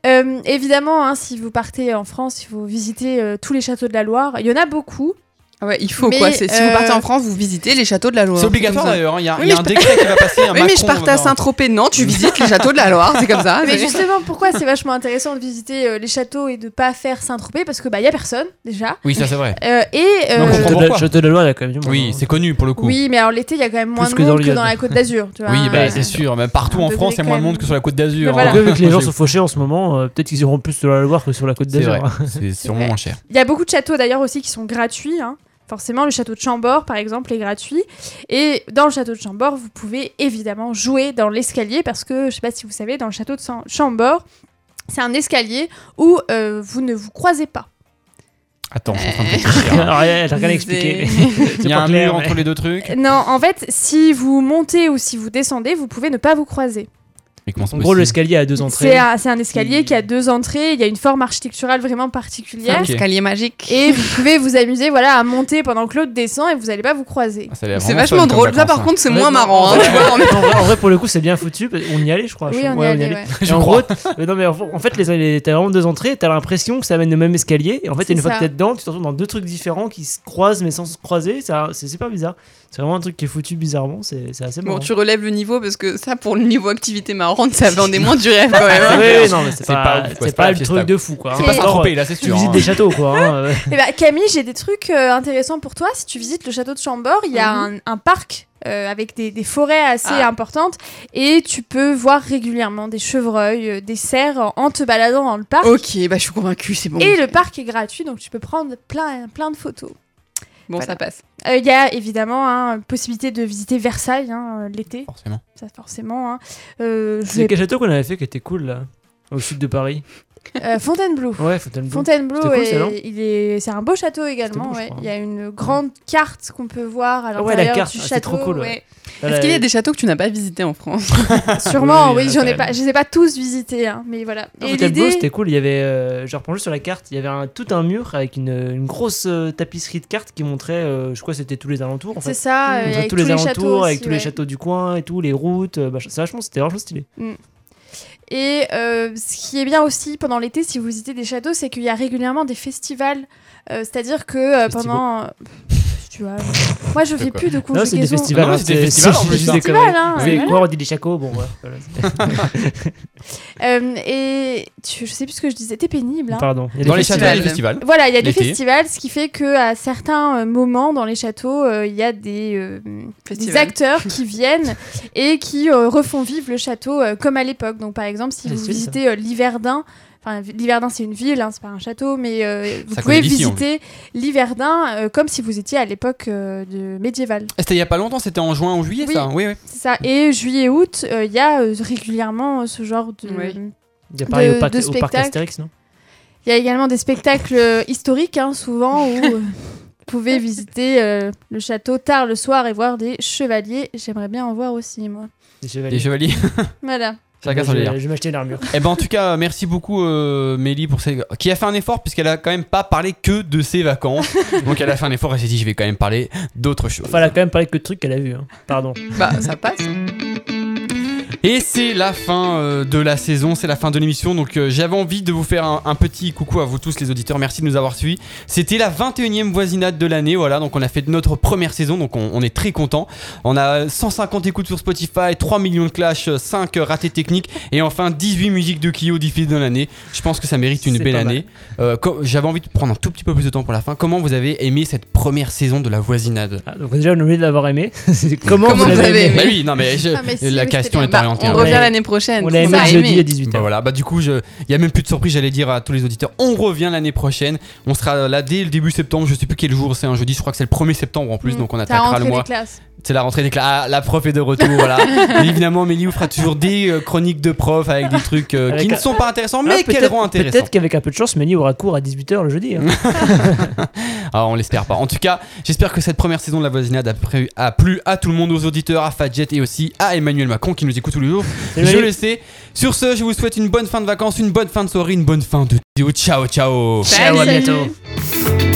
Euh, évidemment, hein, si vous partez en France, si vous visitez euh, tous les châteaux de la Loire, il y en a beaucoup. Ah ouais, il faut Mais, quoi. c'est- Si euh, vous partez en France, vous visitez les châteaux de la Loire. C'est obligatoire comme ça. d'ailleurs, hein. il y a, Oui, il y a mais un je- décret qui va passer. un Oui, mais je Macron partais à dans- Saint-Tropez. Non, tu visites les châteaux de la Loire, c'est comme ça. Mais Ah, c'est- justement, pourquoi c'est vachement intéressant de visiter euh, les châteaux et de pas faire Saint-Tropez Parce que bah il y a personne déjà. Oui, ça c'est vrai. Euh, et Non, on Le euh, comprend Château de la- pourquoi. Château de la Loire, il y a quand même du monde. hein. Oui, c'est connu pour le coup. oui, mais alors l'été il y a quand même moins Plus de que dans monde que Lyon. dans la Côte d'Azur. tu vois, Oui, bah, euh, c'est sûr, même partout un en France, il y a degré moins de quand monde même. que sur la côte d'Azur. Mais voilà. Vu que les gens C'est- sont fauchés en ce moment, euh, peut-être qu'ils iront plus sur la Loire que sur la Côte C'est d'Azur. vrai, c'est sûrement moins cher. Il y a beaucoup de châteaux d'ailleurs aussi qui sont gratuits. hein. Forcément, le château de Chambord, par exemple, est gratuit. Et dans le château de Chambord, vous pouvez évidemment jouer dans l'escalier parce que, je sais pas si vous savez, dans le château de San- Chambord, c'est un escalier où euh, vous ne vous croisez pas. Attends, je suis en train de réfléchir. hein. Alors, elle a rien expliqué. Il y a un clair, mur mais- entre les deux trucs. Non, en fait, si vous montez ou si vous descendez, vous pouvez ne pas vous croiser. Mais comment c'est En gros, possible l'escalier a deux C'est entrées. un, c'est un escalier qui a deux entrées, il y a une forme architecturale vraiment particulière. Un Ok. escalier magique. Et vous pouvez vous amuser voilà, à monter pendant que l'autre descend et vous n'allez pas vous croiser. Ah, ça a l'air C'est vraiment vachement fun comme drôle. Ça, vacances, par hein. contre, c'est Ouais, moins non, marrant. hein, ouais. tu vois, on est- En vrai, en vrai, pour le coup, c'est bien foutu. parce- On y allait, je crois. Oui, je- on y ouais, allait, ouais. Et Je en crois. gros, t- mais non, mais en en fait, les, les- t'as vraiment deux entrées, t'as l'impression que ça amène le même escalier, et en fait, C'est une fois que ça. t'es dedans, tu te retrouves dans deux trucs différents qui se croisent mais sans se croiser, ça- c'est super bizarre. C'est vraiment un truc qui est foutu bizarrement, c'est c'est assez marrant. Bon, tu relèves le niveau parce que ça, pour le niveau activité marrante, ça vendait moins du rêve quand même. Ah hein. oui, oui, non, mais c'est C'est pas, pas ouf, quoi, c'est c'est pas pas le fiestable. truc de fou, quoi. C'est Et- pas Genre, s'attraper là, c'est Tu sûr. visites hein. des châteaux, quoi. hein, euh. Eh ben, Camille, j'ai des trucs euh, intéressants pour toi. Si tu visites le château de Chambord, il y a Mhm. un, un parc euh, avec des, des forêts assez Ah. importantes et tu peux voir régulièrement des chevreuils, euh, des cerfs en- en te baladant dans le parc. Ok, bah je suis convaincue, c'est bon. Et le parc est gratuit, donc tu peux prendre plein, plein de photos. Bon, Voilà. ça passe. Euh, Il y a évidemment hein, possibilité de visiter Versailles hein, euh, l'été, Forcément. ça forcément. hein. Euh, je C'est vais- quel château qu'on avait fait qui était cool, là Au sud de Paris. euh, Fontainebleau. Ouais, Fontainebleau. Fontainebleau, C'était cool, est- ça, non il est, c'est un beau château également. beau, je ouais. crois. Il y a une grande carte qu'on peut voir à Ah ouais, la l'intérieur carte, du ah, c'est château. trop cool, ouais. ouais. Ah, Est-ce là, qu'il y a des châteaux que tu n'as pas visités en France Sûrement, Ah Oui, oui, oui, j'en oui, ai quand pas, je les ai pas tous visités, hein, mais voilà. Non, Et Fontainebleau, l'idée- c'était cool. Il y avait, euh, je reprends juste sur la carte, il y avait un, tout un mur avec une, une grosse euh, tapisserie de cartes qui montrait, euh, je crois, que c'était tous les alentours. En c'est fait. ça, euh, Comme ça, avec tous les, châteaux alentours, avec aussi, tous ouais. les châteaux du coin et tout, les routes. euh, machin. c'est vachement, c'était vachement stylé. Et euh, ce qui est bien aussi pendant l'été, si vous visitez des châteaux, c'est qu'il y a régulièrement des festivals. Euh, C'est-à-dire que euh, Festivaux. pendant. euh, pff, tu vois, moi je fais quoi. plus de Non, c'est des conjugaison. festivals. Non, mais hein, c'est des festivals, en c'est plus, juste ça. des Festival, conneries. hein, Vous allez voilà. croire, on dit des chacos, bon, ouais, voilà. Euh, et tu, je sais plus ce que je disais, t'es pénible. hein. Pardon. Il y a des Dans les châteaux, festivals. il y a des festivals. Voilà, il y a des L'été. festivals, ce qui fait que à certains euh, moments dans les châteaux, euh, il y a des, euh, Festivals. des acteurs qui viennent et qui euh, refont vivre le château euh, comme à l'époque. Donc par exemple, si Ah, vous c'est ça. visitez euh, l'Hiverdin, enfin l'Hiverdin c'est une ville, hein, c'est pas un château, mais euh, vous Ça pouvez connaît d'ici, en visiter l'Hiverdin euh, comme si vous étiez à l'époque euh, de médiévale. Ah, C'était il y a pas longtemps, c'était en juin ou juillet Oui. ça Oui, oui. C'est ça. Et juillet-août, euh, il y a euh, régulièrement euh, ce genre de Oui. Il y a pareil de- au parc- de au parc spectacles. Astérix, non Il y a également des spectacles euh, historiques, hein, souvent, où euh, vous pouvez visiter euh, le château tard le soir et voir des chevaliers. J'aimerais bien en voir aussi, moi. Des Les chevaliers. chevaliers. Voilà. Chacun son Je- délire. Je vais m'acheter une armure. Eh ben en tout cas, merci beaucoup euh, Mélie pour ces... qui a fait un effort puisqu'elle a quand même pas parlé que de ses vacances. Donc elle a fait un effort, elle s'est dit je vais quand même parler d'autres choses. Enfin, elle a quand même parlé que de trucs qu'elle a vu. hein. Pardon. Bah, ça passe. Et c'est la fin euh, de la saison, c'est la fin de l'émission. Donc euh, j'avais envie de vous faire un, un petit coucou à vous tous les auditeurs. Merci de nous avoir suivis. C'était la 21e voisinade de l'année. Voilà, donc on a fait notre première saison. Donc on, on est très content. On a 150 écoutes sur Spotify, 3 millions de clash, 5 euh, ratés techniques et enfin 18 musiques de Kyo diffusées dans l'année. Je pense que ça mérite une C'est belle pas mal. année. Euh, co- j'avais envie de prendre un tout petit peu plus de temps pour la fin. Comment vous avez aimé cette première saison de la voisinade Ah, donc déjà, on a oublié de l'avoir aimé. C'est comment, Comment vous avez aimé Bah oui, non mais, je- Ah, mais si, la oui, question c'était est bien. Bah, orientée. on hein. revient Ouais. l'année prochaine. On l'a On a aimé jeudi à 18h. Bah voilà, bah du coup, il n'y a même plus de surprise, j'allais dire à tous les auditeurs, on revient l'année prochaine. On sera là dès le début septembre, je sais plus quel jour, c'est un jeudi, je crois que c'est le 1er septembre en plus, Mm. donc on T'as attaquera rentré le des mois. classes. C'est la rentrée des classes, Ah, la prof est de retour, voilà. Et évidemment, Mélie vous fera toujours des euh, chroniques de prof avec des trucs euh, Avec qui ne un- sont pas intéressants, Ah, mais qu'elles peut-être- rendent intéressants. Peut-être qu'avec un peu de chance, Mélie aura cours à 18h le jeudi. hein. Ah, on l'espère pas. En tout cas, j'espère que cette première saison de la voisinade a, pré- a plu à tout le monde, aux auditeurs, à Fadjet et aussi à Emmanuel Macron qui nous écoute tous les jours. Salut, je Mélie. le sais. Sur ce, je vous souhaite une bonne fin de vacances, une bonne fin de soirée, une bonne fin de vidéo. Ciao, ciao. Ciao, à Salut. bientôt.